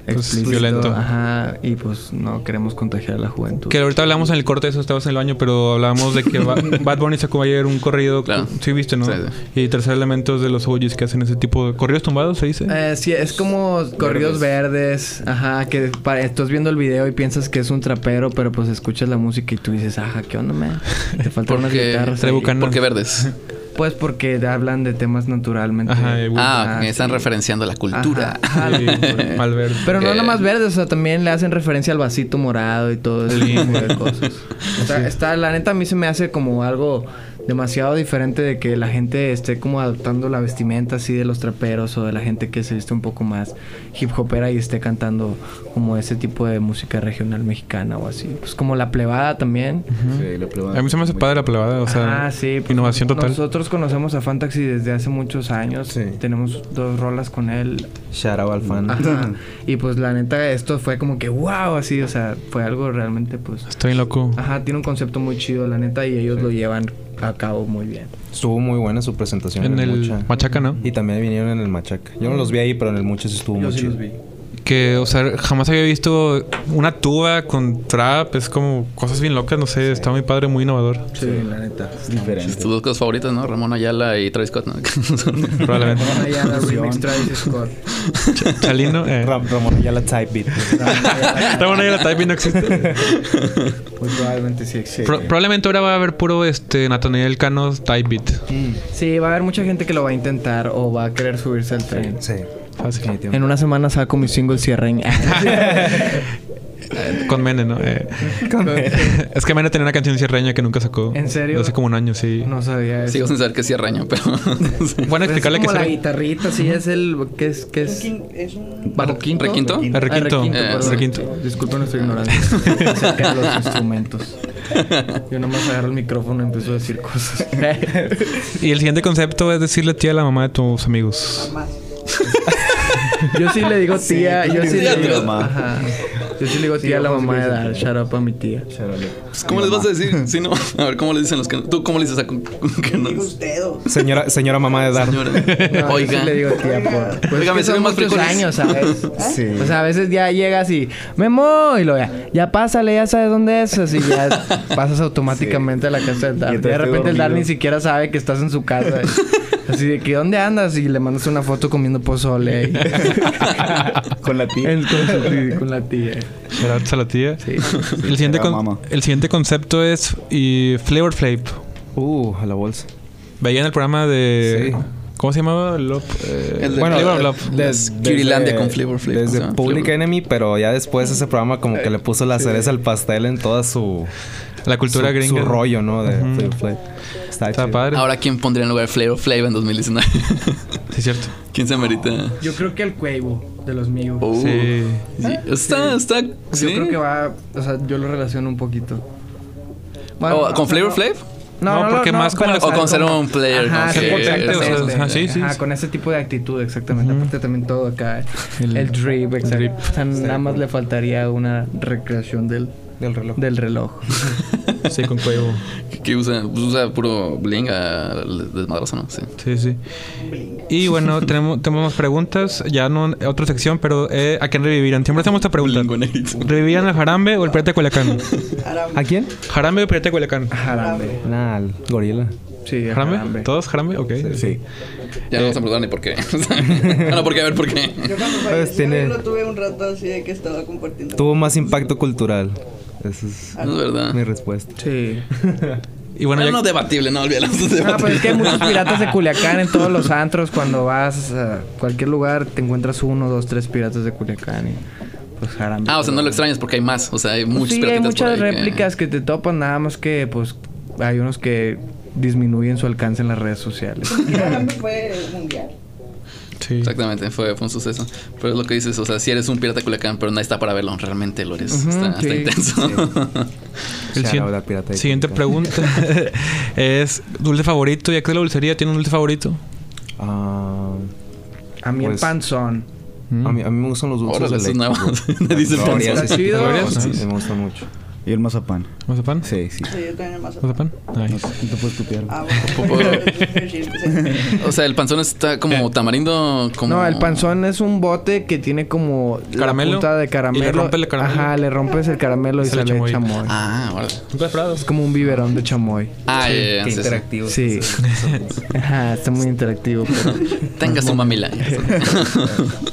Speaker 5: explícito,
Speaker 2: Pues, violento.
Speaker 5: Ajá, y pues no queremos contagiar a la juventud.
Speaker 2: Que ahorita hablamos en el corte de eso, estabas en el baño, pero hablábamos de que
Speaker 5: [laughs]
Speaker 2: Ba- Bad Bunny sacó ayer un corrido.
Speaker 3: Claro.
Speaker 2: Sí, viste, ¿no?
Speaker 3: Sí,
Speaker 2: Y tercer elemento es de los OGs que hacen ese tipo de. ¿Corridos tumbados se dice?
Speaker 5: Eh, sí, es como corridos verdes. Ajá, que pa- estás viendo el video y piensas que es un trapero, pero pues escuchas la música y tú dices, ajá, ¿qué onda, man? Te faltan unas
Speaker 3: Porque-
Speaker 5: guitarras.
Speaker 2: trae
Speaker 5: ahí.
Speaker 2: bucana.
Speaker 3: porque verdes.
Speaker 5: Pues porque hablan de temas naturalmente.
Speaker 2: Ajá, y-
Speaker 3: Ah,
Speaker 5: Ah,
Speaker 3: que están
Speaker 5: sí.
Speaker 3: referenciando la cultura.
Speaker 5: Ajá, ajá, la cultura.
Speaker 2: mal verde.
Speaker 5: Pero no
Speaker 3: Que-
Speaker 5: nada más verdes, o sea, también le hacen referencia al vasito morado y todo ese tipo de
Speaker 2: [laughs]
Speaker 5: cosas. O sea, está, la neta a mí se me hace como algo demasiado diferente de que la gente esté como adoptando la vestimenta así de los traperos o de la gente que se viste un poco más hip hopera y esté cantando como ese tipo de música regional mexicana o así. Pues como la plebada también.
Speaker 4: Sí, la plebada.
Speaker 2: A mí se me hace padre la plebada, o sea,
Speaker 5: ah, sí. pues,
Speaker 2: innovación total.
Speaker 5: Nosotros conocemos a Fantaxi desde hace muchos años.
Speaker 6: Sí.
Speaker 5: Tenemos dos rolas con él.
Speaker 6: Shout out al fan.
Speaker 5: Ajá. [laughs] Y pues la neta, esto fue como que wow, así, o sea, fue algo realmente pues.
Speaker 2: Está bien loco.
Speaker 5: Ajá, tiene un concepto muy chido, la neta, y ellos lo llevan a cabo muy [laughs] bien.
Speaker 6: Estuvo muy buena su presentación.
Speaker 2: En el
Speaker 6: Mucha.
Speaker 2: Machaca, ¿no?
Speaker 6: Y también vinieron en el Machaca. Yo no los vi ahí, pero en el Muchas estuvo muy chido.
Speaker 2: Que, o sea, jamás había visto una tuba con trap. Es como cosas bien locas, no sé. Está muy padre, muy innovador.
Speaker 5: Sí, la neta.
Speaker 4: Es
Speaker 3: [laughs]
Speaker 4: diferente.
Speaker 3: Tus dos cosas favoritas, ¿no? Ramón Ayala y
Speaker 2: [laughs]
Speaker 3: Travis Scott, ¿no? [laughs]
Speaker 5: [laughs]
Speaker 2: Probablemente.
Speaker 5: Allá la remix Travis Scott.
Speaker 2: Ch- Chalino. Eh.
Speaker 6: Ram- Ramón Ayala Type Beat.
Speaker 2: [laughs] Está bueno, ahí la typing no existe.
Speaker 5: Muy probablemente sí existe.
Speaker 2: Pro- probablemente ahora va a haber puro este Nathaniel Cano type beat.
Speaker 5: Sí, va a haber mucha gente que lo va a intentar o va a querer subirse al tren.
Speaker 6: sí.
Speaker 2: Fácil.
Speaker 5: En una semana saco mi single [laughs] cierreña.
Speaker 2: Eh, Con Mene, ¿no? Eh, [laughs]
Speaker 5: [laughs]
Speaker 2: es que Mene tenía una canción cierreña que nunca sacó.
Speaker 5: ¿En serio?
Speaker 2: Hace como un año, sí.
Speaker 5: no sabía eso.
Speaker 3: Sigo sin saber que sí arraño, pero. [laughs]
Speaker 2: Bueno,
Speaker 5: Pero es
Speaker 2: explicarle que
Speaker 5: como la
Speaker 2: es
Speaker 5: guitarrita, sí, es el... ¿Qué es? ¿Qué es?
Speaker 7: Es un.
Speaker 5: ¿Bajo quinto?
Speaker 3: ¿Requinto?
Speaker 2: el requinto.
Speaker 3: Ah, requinto,
Speaker 2: Eh,
Speaker 3: perdón.
Speaker 2: requinto.
Speaker 5: Disculpen Ah, nuestra [laughs] ignorancia acerca de los instrumentos. Yo nomás agarro el micrófono y empiezo a decir cosas.
Speaker 2: Y el siguiente concepto es decirle tía a la mamá de tus amigos.
Speaker 5: [laughs] Yo sí le digo tía, yo sí le
Speaker 3: tía,
Speaker 5: digo
Speaker 3: tía.
Speaker 5: mamá. Ajá. Yo sí le digo tía a la mamá de dar, shout out a mi tía.
Speaker 3: Pues, ¿Cómo les vas a decir? Sí, no. A ver, ¿cómo les dicen los que no? ¿Tú cómo le dices a con, con que no?
Speaker 7: Digo usted. o-
Speaker 6: Señora, señora mamá de Dar.
Speaker 3: Señora.
Speaker 5: No, yo
Speaker 3: Oiga.
Speaker 5: sí le digo tía por. Pues
Speaker 3: Oiga, me
Speaker 5: es
Speaker 3: sirve
Speaker 5: que son
Speaker 3: más
Speaker 5: muchos
Speaker 3: frijoles.
Speaker 5: años, ¿sabes?
Speaker 4: Sí.
Speaker 5: ¿Eh? O sea, a veces ya llegas y Memo y lo ya, ya pásale, ya sabes dónde es, así [laughs] ya pasas automáticamente a la casa del Dar.
Speaker 4: Y
Speaker 5: De
Speaker 4: entonces estoy
Speaker 5: repente el Dar [laughs]
Speaker 4: dormido.
Speaker 5: ni siquiera sabe que estás en su casa.
Speaker 10: Así de que, ¿dónde andas? Y le mandas una foto comiendo pozole. ahí.
Speaker 4: [laughs]
Speaker 5: [laughs]
Speaker 4: Con la tía.
Speaker 10: En- con, su tía- con la tía.
Speaker 2: Shoutouts a la tía.
Speaker 10: Sí.
Speaker 2: El siguiente,
Speaker 4: Era
Speaker 2: con-
Speaker 4: mama.
Speaker 2: el siguiente concepto es y Flavor Flav.
Speaker 6: Uh, a la bolsa.
Speaker 2: Veía en el programa de.
Speaker 6: Sí.
Speaker 2: ¿Cómo se llamaba? Lop, eh,
Speaker 3: El de-
Speaker 2: Flavor
Speaker 3: Flavor
Speaker 2: Flav.
Speaker 3: Des- Curilandia con Flavor Flav, o
Speaker 6: Desde
Speaker 3: sea,
Speaker 6: Public
Speaker 3: Flavor-
Speaker 6: Enemy, pero ya después ese programa como que le puso la cereza al pastel en toda su...
Speaker 2: La cultura
Speaker 6: su,
Speaker 2: gringa.
Speaker 6: su rollo, ¿no? De Flavor Flav. Está,
Speaker 2: Está
Speaker 6: chido.
Speaker 2: padre.
Speaker 3: Ahora, ¿quién pondría en lugar de Flavor Flav en 2019?
Speaker 2: Sí, cierto.
Speaker 3: [laughs] ¿Quién se merita?
Speaker 5: [laughs] Yo creo que el Cuevo de los míos.
Speaker 3: Oh,
Speaker 2: Sí.
Speaker 3: sí. Está, está.
Speaker 5: Yo
Speaker 3: sí.
Speaker 5: creo que va, o sea, yo lo relaciono un poquito.
Speaker 3: Oh, ¿Con Flavor Flav?
Speaker 2: No, porque más como
Speaker 5: pero,
Speaker 2: la-
Speaker 3: O con
Speaker 5: sea,
Speaker 3: ser un player.
Speaker 5: Ajá,
Speaker 3: con
Speaker 5: sí,
Speaker 3: ser-
Speaker 5: exactamente.
Speaker 2: o sea, ajá, sí, sí,
Speaker 5: Ajá,
Speaker 2: sí.
Speaker 5: con ese tipo de actitud, exactamente. Aparte también todo acá. ¿eh?
Speaker 2: El-
Speaker 5: El, drip, exacto. O sea, nada más le faltaría una recreación del,
Speaker 6: Del reloj.
Speaker 5: del reloj.
Speaker 2: Sí, con cuevo.
Speaker 3: Que usa, pues, usa puro bling a desmadrosa, ¿no? Sí.
Speaker 2: Sí, sí. Y bueno, tenemos, tenemos más preguntas. Ya no en otra sección, pero eh, ¿a quién revivirán? Siempre hacemos esta pregunta.
Speaker 3: Blingo negrito.
Speaker 2: ¿Revivirán a Jarambe o el Pirata de
Speaker 6: [laughs]
Speaker 2: Culiacán?
Speaker 6: ¿A quién?
Speaker 2: Jarambe o Pirata de Culiacán.
Speaker 5: Jarambe.
Speaker 6: Nah, al gorila.
Speaker 5: Sí,
Speaker 2: ¿Jarambe?
Speaker 5: jarambe.
Speaker 2: ¿Todos Jarambe? Ok.
Speaker 6: Sí.
Speaker 3: Ya
Speaker 6: Eh,
Speaker 3: no vamos a preguntar ni por qué. [laughs] Ah, no, porque a ver por qué.
Speaker 7: Yo cuando
Speaker 6: Pues
Speaker 7: falleció,
Speaker 6: tiene-
Speaker 7: yo lo tuve un rato así de que estaba compartiendo.
Speaker 6: Tuvo más impacto cultural. Esa es
Speaker 3: No es verdad.
Speaker 6: mi respuesta.
Speaker 5: Sí.
Speaker 2: Y bueno,
Speaker 3: Ah,
Speaker 2: ya,
Speaker 3: no, debatible, no, olvídalo. No,
Speaker 5: No, pues es que hay muchos piratas de Culiacán en todos los antros. Cuando vas a cualquier lugar, te encuentras uno, dos, tres piratas de Culiacán. Y pues
Speaker 3: [laughs]
Speaker 5: jarambe.
Speaker 3: Ah, o sea, no lo extrañas porque hay más. O sea, hay
Speaker 5: Pues
Speaker 3: muchos
Speaker 5: sí, hay muchas réplicas que... te topan, nada más que pues hay unos que disminuyen su alcance en las redes sociales.
Speaker 7: Jarambe fue mundial.
Speaker 2: sí.
Speaker 3: Exactamente, fue, fue un suceso. Pero es lo que dices, o sea, si eres un pirata de Culiacán, pero nadie está para verlo, realmente lo eres.
Speaker 5: Ujú,
Speaker 3: está,
Speaker 5: sí.
Speaker 3: está intenso.
Speaker 2: El
Speaker 6: Shout
Speaker 2: siguiente-
Speaker 6: out a Pirata de
Speaker 2: siguiente
Speaker 6: Culiacán.
Speaker 2: pregunta [laughs] es dulce favorito. Ya que es la dulcería, ¿tiene un dulce favorito?
Speaker 6: Ah,
Speaker 5: A mí el
Speaker 6: Pues-
Speaker 5: panzón.
Speaker 2: Mm.
Speaker 6: a, mí, a mí me gustan los dulces
Speaker 3: Órale, eso es nuevo. [laughs]
Speaker 6: eléctricos.
Speaker 3: Nadie dice
Speaker 6: Las glorias,
Speaker 3: panzón.
Speaker 6: ese tipo de
Speaker 2: ¿Glorias?
Speaker 6: cosas,
Speaker 2: Nice.
Speaker 6: sí, me gusta mucho.
Speaker 4: Y el mazapán.
Speaker 2: ¿Mazapán?
Speaker 4: Sí, sí.
Speaker 7: Sí, yo también más.
Speaker 2: ¿Mazapán? Nice.
Speaker 4: No te puedes copiar.
Speaker 7: Ah, bueno,
Speaker 3: Popo.
Speaker 7: [laughs] pues,
Speaker 3: [laughs] O sea, el panzón está
Speaker 6: Eh.
Speaker 3: como tamarindo. Como...
Speaker 5: No, el panzón es un bote que tiene como
Speaker 2: Caramelo,
Speaker 5: la
Speaker 2: y
Speaker 5: punta de
Speaker 2: le
Speaker 5: caramelo.
Speaker 2: rompes el caramelo.
Speaker 5: Ajá, le rompes el caramelo y
Speaker 2: Sale
Speaker 5: sale,
Speaker 2: chamoy.
Speaker 5: chamoy.
Speaker 3: Ah, órale.
Speaker 2: Nunca
Speaker 5: Es como un biberón de chamoy.
Speaker 3: Ah, eh, sí, sí.
Speaker 5: Sí. [laughs] Ajá, está muy interactivo. pero-
Speaker 3: Tenga su
Speaker 6: [laughs]
Speaker 3: mamila.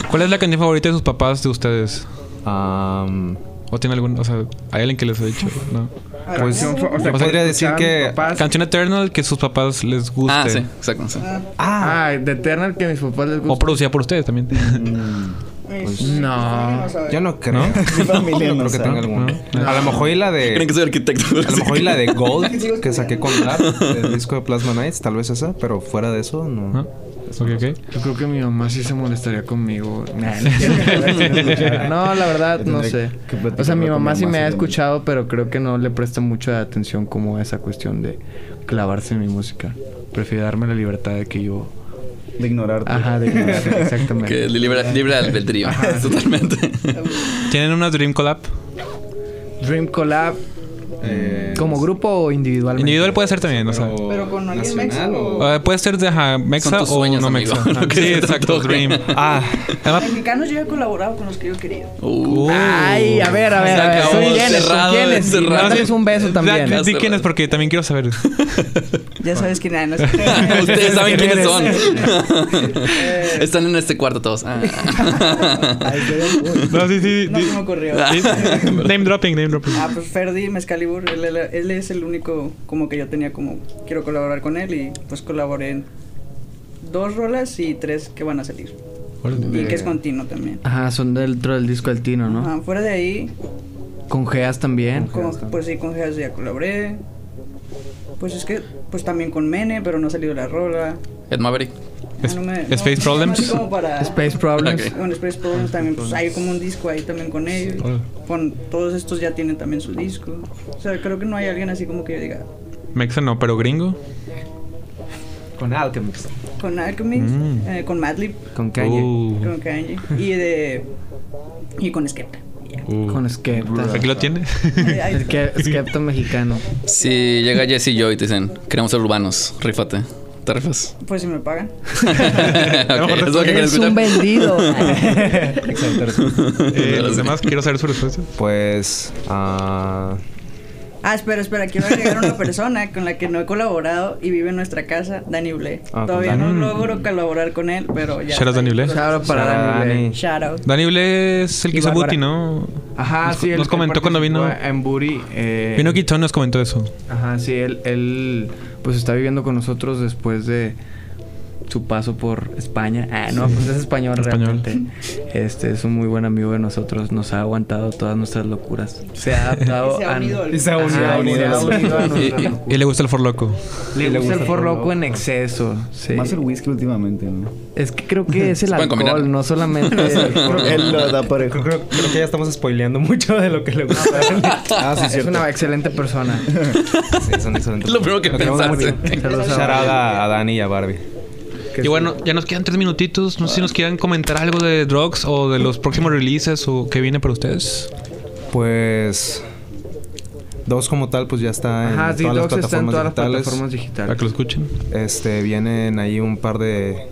Speaker 2: ¿Cuál es la canción favorita de sus papás de ustedes?
Speaker 6: Am,
Speaker 2: ¿O tiene algún, o sea, hay alguien que les ha dicho? ¿No?
Speaker 6: pues
Speaker 5: Canción fa- o sea,
Speaker 6: yo podría decir
Speaker 5: escuchaban
Speaker 6: que...
Speaker 5: mis papás.
Speaker 2: Canción Eternal que sus papás les guste.
Speaker 3: ah, sí, exacto. sí.
Speaker 6: Eh.
Speaker 5: Ah, de Eternal que a mis papás les
Speaker 2: O
Speaker 5: gusta.
Speaker 2: producida por ustedes también.
Speaker 5: No.
Speaker 6: [laughs] Yo no creo.
Speaker 4: Mi familia
Speaker 6: No
Speaker 4: no
Speaker 6: creo que tenga
Speaker 4: sabe.
Speaker 6: alguna. A lo mejor y la
Speaker 3: Creen que
Speaker 6: de...
Speaker 3: soy arquitecto. [laughs]
Speaker 6: A lo mejor y la de
Speaker 5: [laughs]
Speaker 6: Gold que saqué con Lar, el disco de Plasma Nights, tal vez esa, pero fuera de eso,
Speaker 2: ¿No?
Speaker 6: no.
Speaker 2: Ok, ok.
Speaker 5: Yo creo que mi mamá sí se molestaría [laughs] conmigo. Nah, no, quiero que la escuchara. No, la verdad, no sé.
Speaker 4: Que platicarlo
Speaker 5: O sea, mi
Speaker 4: con
Speaker 5: mamá sí me ha
Speaker 4: seguramente.
Speaker 5: escuchado, pero creo que no le presta mucha atención como a esa cuestión de clavarse en mi música. Prefiero darme la libertad de que yo...
Speaker 4: De ignorarte.
Speaker 5: Ajá, de
Speaker 3: [laughs]
Speaker 5: que
Speaker 3: Que
Speaker 5: exactamente.
Speaker 3: libre, libre albedrío. Totalmente.
Speaker 2: ¿Tienen una Dream Collab?
Speaker 5: Dream Collab,
Speaker 6: Eh,
Speaker 5: ¿como grupo o individualmente?
Speaker 2: Individual
Speaker 3: pues.
Speaker 2: puede ser también, o sea.
Speaker 7: Pero con alguien mexa o...
Speaker 2: Ah, puede ser de ajá, Mexa
Speaker 3: tus
Speaker 2: o
Speaker 3: sueños,
Speaker 2: no
Speaker 3: amigo.
Speaker 2: Mexa. [laughs]
Speaker 3: Lo [laughs] que
Speaker 2: sí,
Speaker 3: se te
Speaker 2: exacto,
Speaker 3: antoje.
Speaker 2: Dream.
Speaker 6: Ah,
Speaker 2: Además-
Speaker 7: Mexicanos yo he colaborado con los que yo quería.
Speaker 3: Uh,
Speaker 5: Ay, a ver, a ver, a ver.
Speaker 3: Acabó
Speaker 5: ¿Son quiénes?
Speaker 3: cerrado,
Speaker 5: ¿Son quiénes? Y
Speaker 3: cerrado. [laughs]
Speaker 5: mándales un beso también.
Speaker 2: Da- Di quién es porque también quiero saber.
Speaker 7: Ya sabes que nada,
Speaker 3: [laughs]
Speaker 7: no
Speaker 3: Ustedes
Speaker 7: [laughs]
Speaker 3: saben
Speaker 5: ¿Quién
Speaker 3: quiénes
Speaker 5: eres?
Speaker 3: son. [laughs] Están en este cuarto todos. Ah.
Speaker 2: No, sí, sí.
Speaker 7: No
Speaker 2: di-
Speaker 7: se me ocurrió.
Speaker 2: di- [laughs] name dropping, name dropping.
Speaker 7: Ah, pues Ferdi Mezcalibur, él, él- él es el único como que yo tenía como quiero colaborar con él y pues colaboré en dos rolas y tres que van a salir. Y que es continuo también.
Speaker 5: Ajá, son dentro del disco del Tino, ¿no?
Speaker 7: Ajá, fuera de ahí,
Speaker 5: Con Geas también.
Speaker 7: con- pues sí, con Geas ya colaboré. Pues es que, pues también con Mene, pero no ha salido la rola.
Speaker 3: Ed Maverick.
Speaker 2: Es-
Speaker 7: Ah, no me- no,
Speaker 2: Space
Speaker 7: no,
Speaker 2: Problems.
Speaker 7: así como para-
Speaker 5: Space Problems.
Speaker 3: Ok.
Speaker 7: Con Space Problems también, pues hay como un disco ahí también con ellos.
Speaker 2: Órale.
Speaker 7: Con todos estos ya tienen también su disco. O sea, creo que no hay alguien así como que yo diga,
Speaker 2: Mexa no, pero gringo.
Speaker 6: con Alchemist.
Speaker 7: con Alchemist, eh, con Madlib,
Speaker 6: Con Kanye.
Speaker 2: Uh,
Speaker 7: con Kanye y de y con Skepta. Y ya.
Speaker 2: uh.
Speaker 5: Con Skepta.
Speaker 2: Aquí lo tienes.
Speaker 7: Ahí-
Speaker 2: [laughs]
Speaker 7: ahí-
Speaker 5: El que, Skepta mexicano.
Speaker 3: Si llega Jesse y yo y te dicen, queremos ser urbanos, rífate. ¿Te rifas? [laughs]
Speaker 7: Pues si me pagan.
Speaker 3: Ok, es lo que quieres
Speaker 5: Eres un
Speaker 3: escuchar.
Speaker 5: vendido.
Speaker 3: [laughs]
Speaker 6: Excelente respuesta.
Speaker 2: Eh, los demás quiero saber su respuesta.
Speaker 6: Pues. ah,
Speaker 7: Ah, espera, espera, quiero agregar una persona con la que no he colaborado y vive en nuestra casa, Dani Ble.
Speaker 6: Ah, con
Speaker 7: Todavía
Speaker 6: Dani.
Speaker 7: no logro colaborar con él, pero ya.
Speaker 2: Shout out Dani Ble.
Speaker 10: Shout out para
Speaker 6: Shout out
Speaker 10: Dani.
Speaker 6: Dani.
Speaker 10: güey.
Speaker 7: Shout out.
Speaker 2: Dani Ble es el
Speaker 10: Y
Speaker 2: que hizo
Speaker 10: Bárbara.
Speaker 2: Booty, ¿no?
Speaker 5: Ajá,
Speaker 2: Nos-
Speaker 5: sí. él-
Speaker 2: nos
Speaker 5: él
Speaker 2: comentó cuando vino-
Speaker 5: participó En Buri. eh,
Speaker 2: Vino Guitón nos comentó eso.
Speaker 5: Ajá, sí, él, él pues está viviendo con nosotros después de su paso por España. Ah, no, pues es español,
Speaker 2: Español.
Speaker 5: realmente. Este es un muy buen amigo de nosotros, nos ha aguantado todas nuestras locuras. Se ha adaptado
Speaker 7: Y se ha
Speaker 5: a-
Speaker 7: unido al-
Speaker 5: Ajá,
Speaker 7: Y se ha
Speaker 5: unido,
Speaker 4: unido.
Speaker 5: a nuestras
Speaker 2: Y, y-
Speaker 5: locuras.
Speaker 2: y le gusta el forloco.
Speaker 5: Le gusta el
Speaker 6: por
Speaker 5: for loco en exceso. Sí.
Speaker 4: Más el whisky últimamente, ¿no?
Speaker 5: Es que creo que es el
Speaker 3: Se pueden
Speaker 5: alcohol,
Speaker 3: combinar.
Speaker 5: no solamente el alcohol.
Speaker 4: Él lo da parejo.
Speaker 6: Creo, creo- creo que ya estamos spoileando mucho de lo que le gusta. [laughs]
Speaker 4: Ah, sí,
Speaker 5: Es
Speaker 4: cierto.
Speaker 5: una excelente persona.
Speaker 6: Sí, son excelentes.
Speaker 3: Lo primero que pensaste.
Speaker 6: Saludos
Speaker 5: a
Speaker 6: a, a Dani y a Barbie.
Speaker 2: Y bueno, ya nos quedan tres minutitos. No sé si nos quieran comentar algo de Drugs o de los próximos releases o qué viene para ustedes.
Speaker 6: Pues. Dos como tal, pues ya está en
Speaker 5: Ajá, sí,
Speaker 6: todas las
Speaker 5: Docs está en
Speaker 6: plataformas
Speaker 5: todas las
Speaker 6: digitales. Ah,
Speaker 5: plataformas digitales.
Speaker 2: Para que lo escuchen.
Speaker 6: Este, vienen ahí un par de,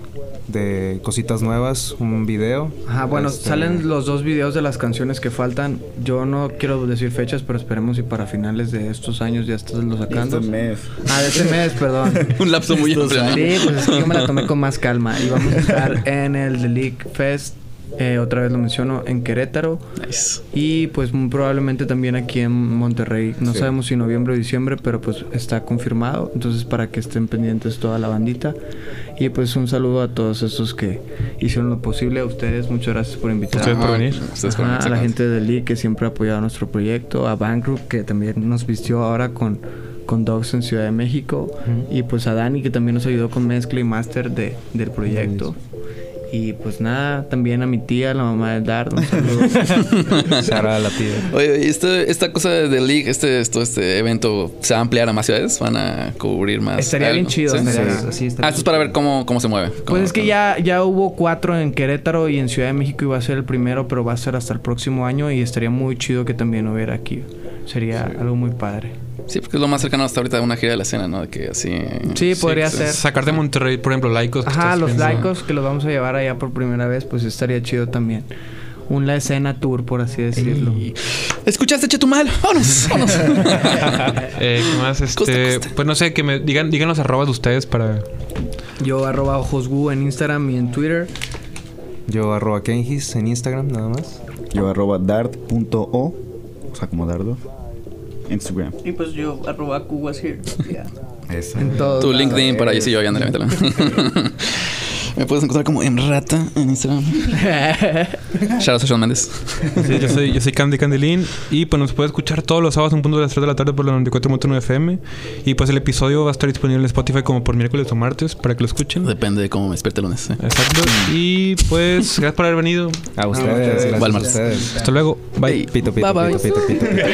Speaker 6: de cositas nuevas, un video.
Speaker 5: Ajá, bueno,
Speaker 6: Este,
Speaker 5: salen los dos videos de las canciones que faltan. Yo no quiero decir fechas, pero esperemos si para finales de estos años ya estás lo sacando.
Speaker 4: Este mes.
Speaker 5: Ah, de este mes,
Speaker 4: [laughs]
Speaker 5: perdón.
Speaker 3: [laughs] Un lapso muy amplio. ¿no?
Speaker 5: Sí, pues es que yo me la tomé con más calma. Y vamos a estar en el The League Fest, eh, otra vez lo menciono, en Querétaro.
Speaker 3: Nice.
Speaker 5: Y pues muy probablemente también aquí en Monterrey. No sabemos si noviembre o diciembre, pero pues está confirmado. Entonces para que estén pendientes toda la bandita. Y pues un saludo a todos esos que hicieron lo posible. A ustedes, muchas gracias por invitar.
Speaker 2: Ustedes por
Speaker 3: Ah,
Speaker 2: venir.
Speaker 3: ustedes por
Speaker 5: Ajá,
Speaker 3: venir,
Speaker 5: a la
Speaker 3: exactamente.
Speaker 5: gente de Lee que siempre ha apoyado nuestro proyecto, a Bank Group que también nos vistió ahora con, con Dogs en Ciudad de México y pues a Dani que también nos ayudó con mezcla y master de, del proyecto. Y pues nada, también a mi tía, la mamá de Dard, un saludo.
Speaker 3: [laughs]
Speaker 6: Sara la tía.
Speaker 3: Oye, oye, este- esta cosa de The League, este, esto, este evento, ¿se va a ampliar a más ciudades? ¿Van a cubrir más?
Speaker 5: Estaría bien chido, estaría
Speaker 3: Sí.
Speaker 5: bien.
Speaker 6: Sí, estaría
Speaker 3: Ah, esto es para ver cómo, cómo se mueve. cómo-
Speaker 5: Pues es que ya, ya hubo cuatro en Querétaro y en Ciudad de México y va a ser el primero, pero va a ser hasta el próximo año y estaría muy chido que también hubiera aquí. Sería algo muy padre.
Speaker 3: Sí, porque es lo más cercano hasta ahorita a una gira de la escena, ¿no? De que así...
Speaker 5: Sí, pues. podría ser.
Speaker 2: Sacar de Monterrey, por ejemplo, laicos. que
Speaker 5: Ajá,
Speaker 2: estás
Speaker 5: los
Speaker 2: viendo.
Speaker 5: laicos que los vamos a llevar allá por primera vez, pues estaría chido también. Un la escena tour, por así decirlo.
Speaker 3: ¿Escuchaste Chetumal? ¡Vámonos!
Speaker 5: [laughs]
Speaker 3: ¡Vámonos!
Speaker 2: Eh, ¿qué más? Este,
Speaker 3: costa.
Speaker 2: Pues no sé, que me digan, digan los arrobas de ustedes para.
Speaker 5: Yo arroba ojosgu en Instagram y en Twitter.
Speaker 6: Yo arroba Kenjis en Instagram, nada más.
Speaker 4: Yo arroba dart.o, o sea, como dardo. Instagram.
Speaker 7: Y pues yo arroba cubas here. Ya.
Speaker 4: Eso.
Speaker 5: En todo.
Speaker 3: tu LinkedIn para Jessy Joy, ándale, métela. [laughs] Me puedes encontrar como Emrata en
Speaker 5: [laughs]
Speaker 3: Instagram. Shoutouts a Sean Méndez.
Speaker 2: Sí, yo soy, yo soy Candy Candelín. Y pues nos puede escuchar todos los sábados en punto de las 3 de la tarde por la 94.1 FM. Y pues el episodio va a estar disponible en Spotify como por miércoles o martes para que lo escuchen.
Speaker 3: Depende de cómo me despierte el lunes. eh.
Speaker 2: Exacto. Y pues, gracias por haber venido.
Speaker 6: A ustedes, gracias
Speaker 3: Walmart.
Speaker 6: a ustedes.
Speaker 2: Hasta luego. Bye.
Speaker 3: Hey.
Speaker 6: Pito, pito,
Speaker 3: Bye, bye.
Speaker 6: pito, pito, pito, pito.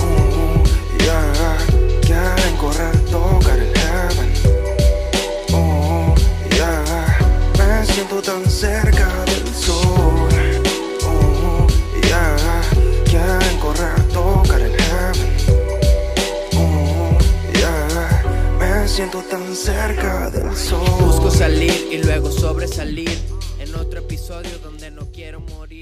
Speaker 11: Uh, yeah, quieren correr, tocar el heaven. Uh, yeah, me siento tan cerca del sol. Uh, yeah, quieren correr, tocar el heaven. Uh, yeah, me siento tan cerca del sol.
Speaker 12: Busco salir y luego sobresalir en otro episodio donde no quiero morir.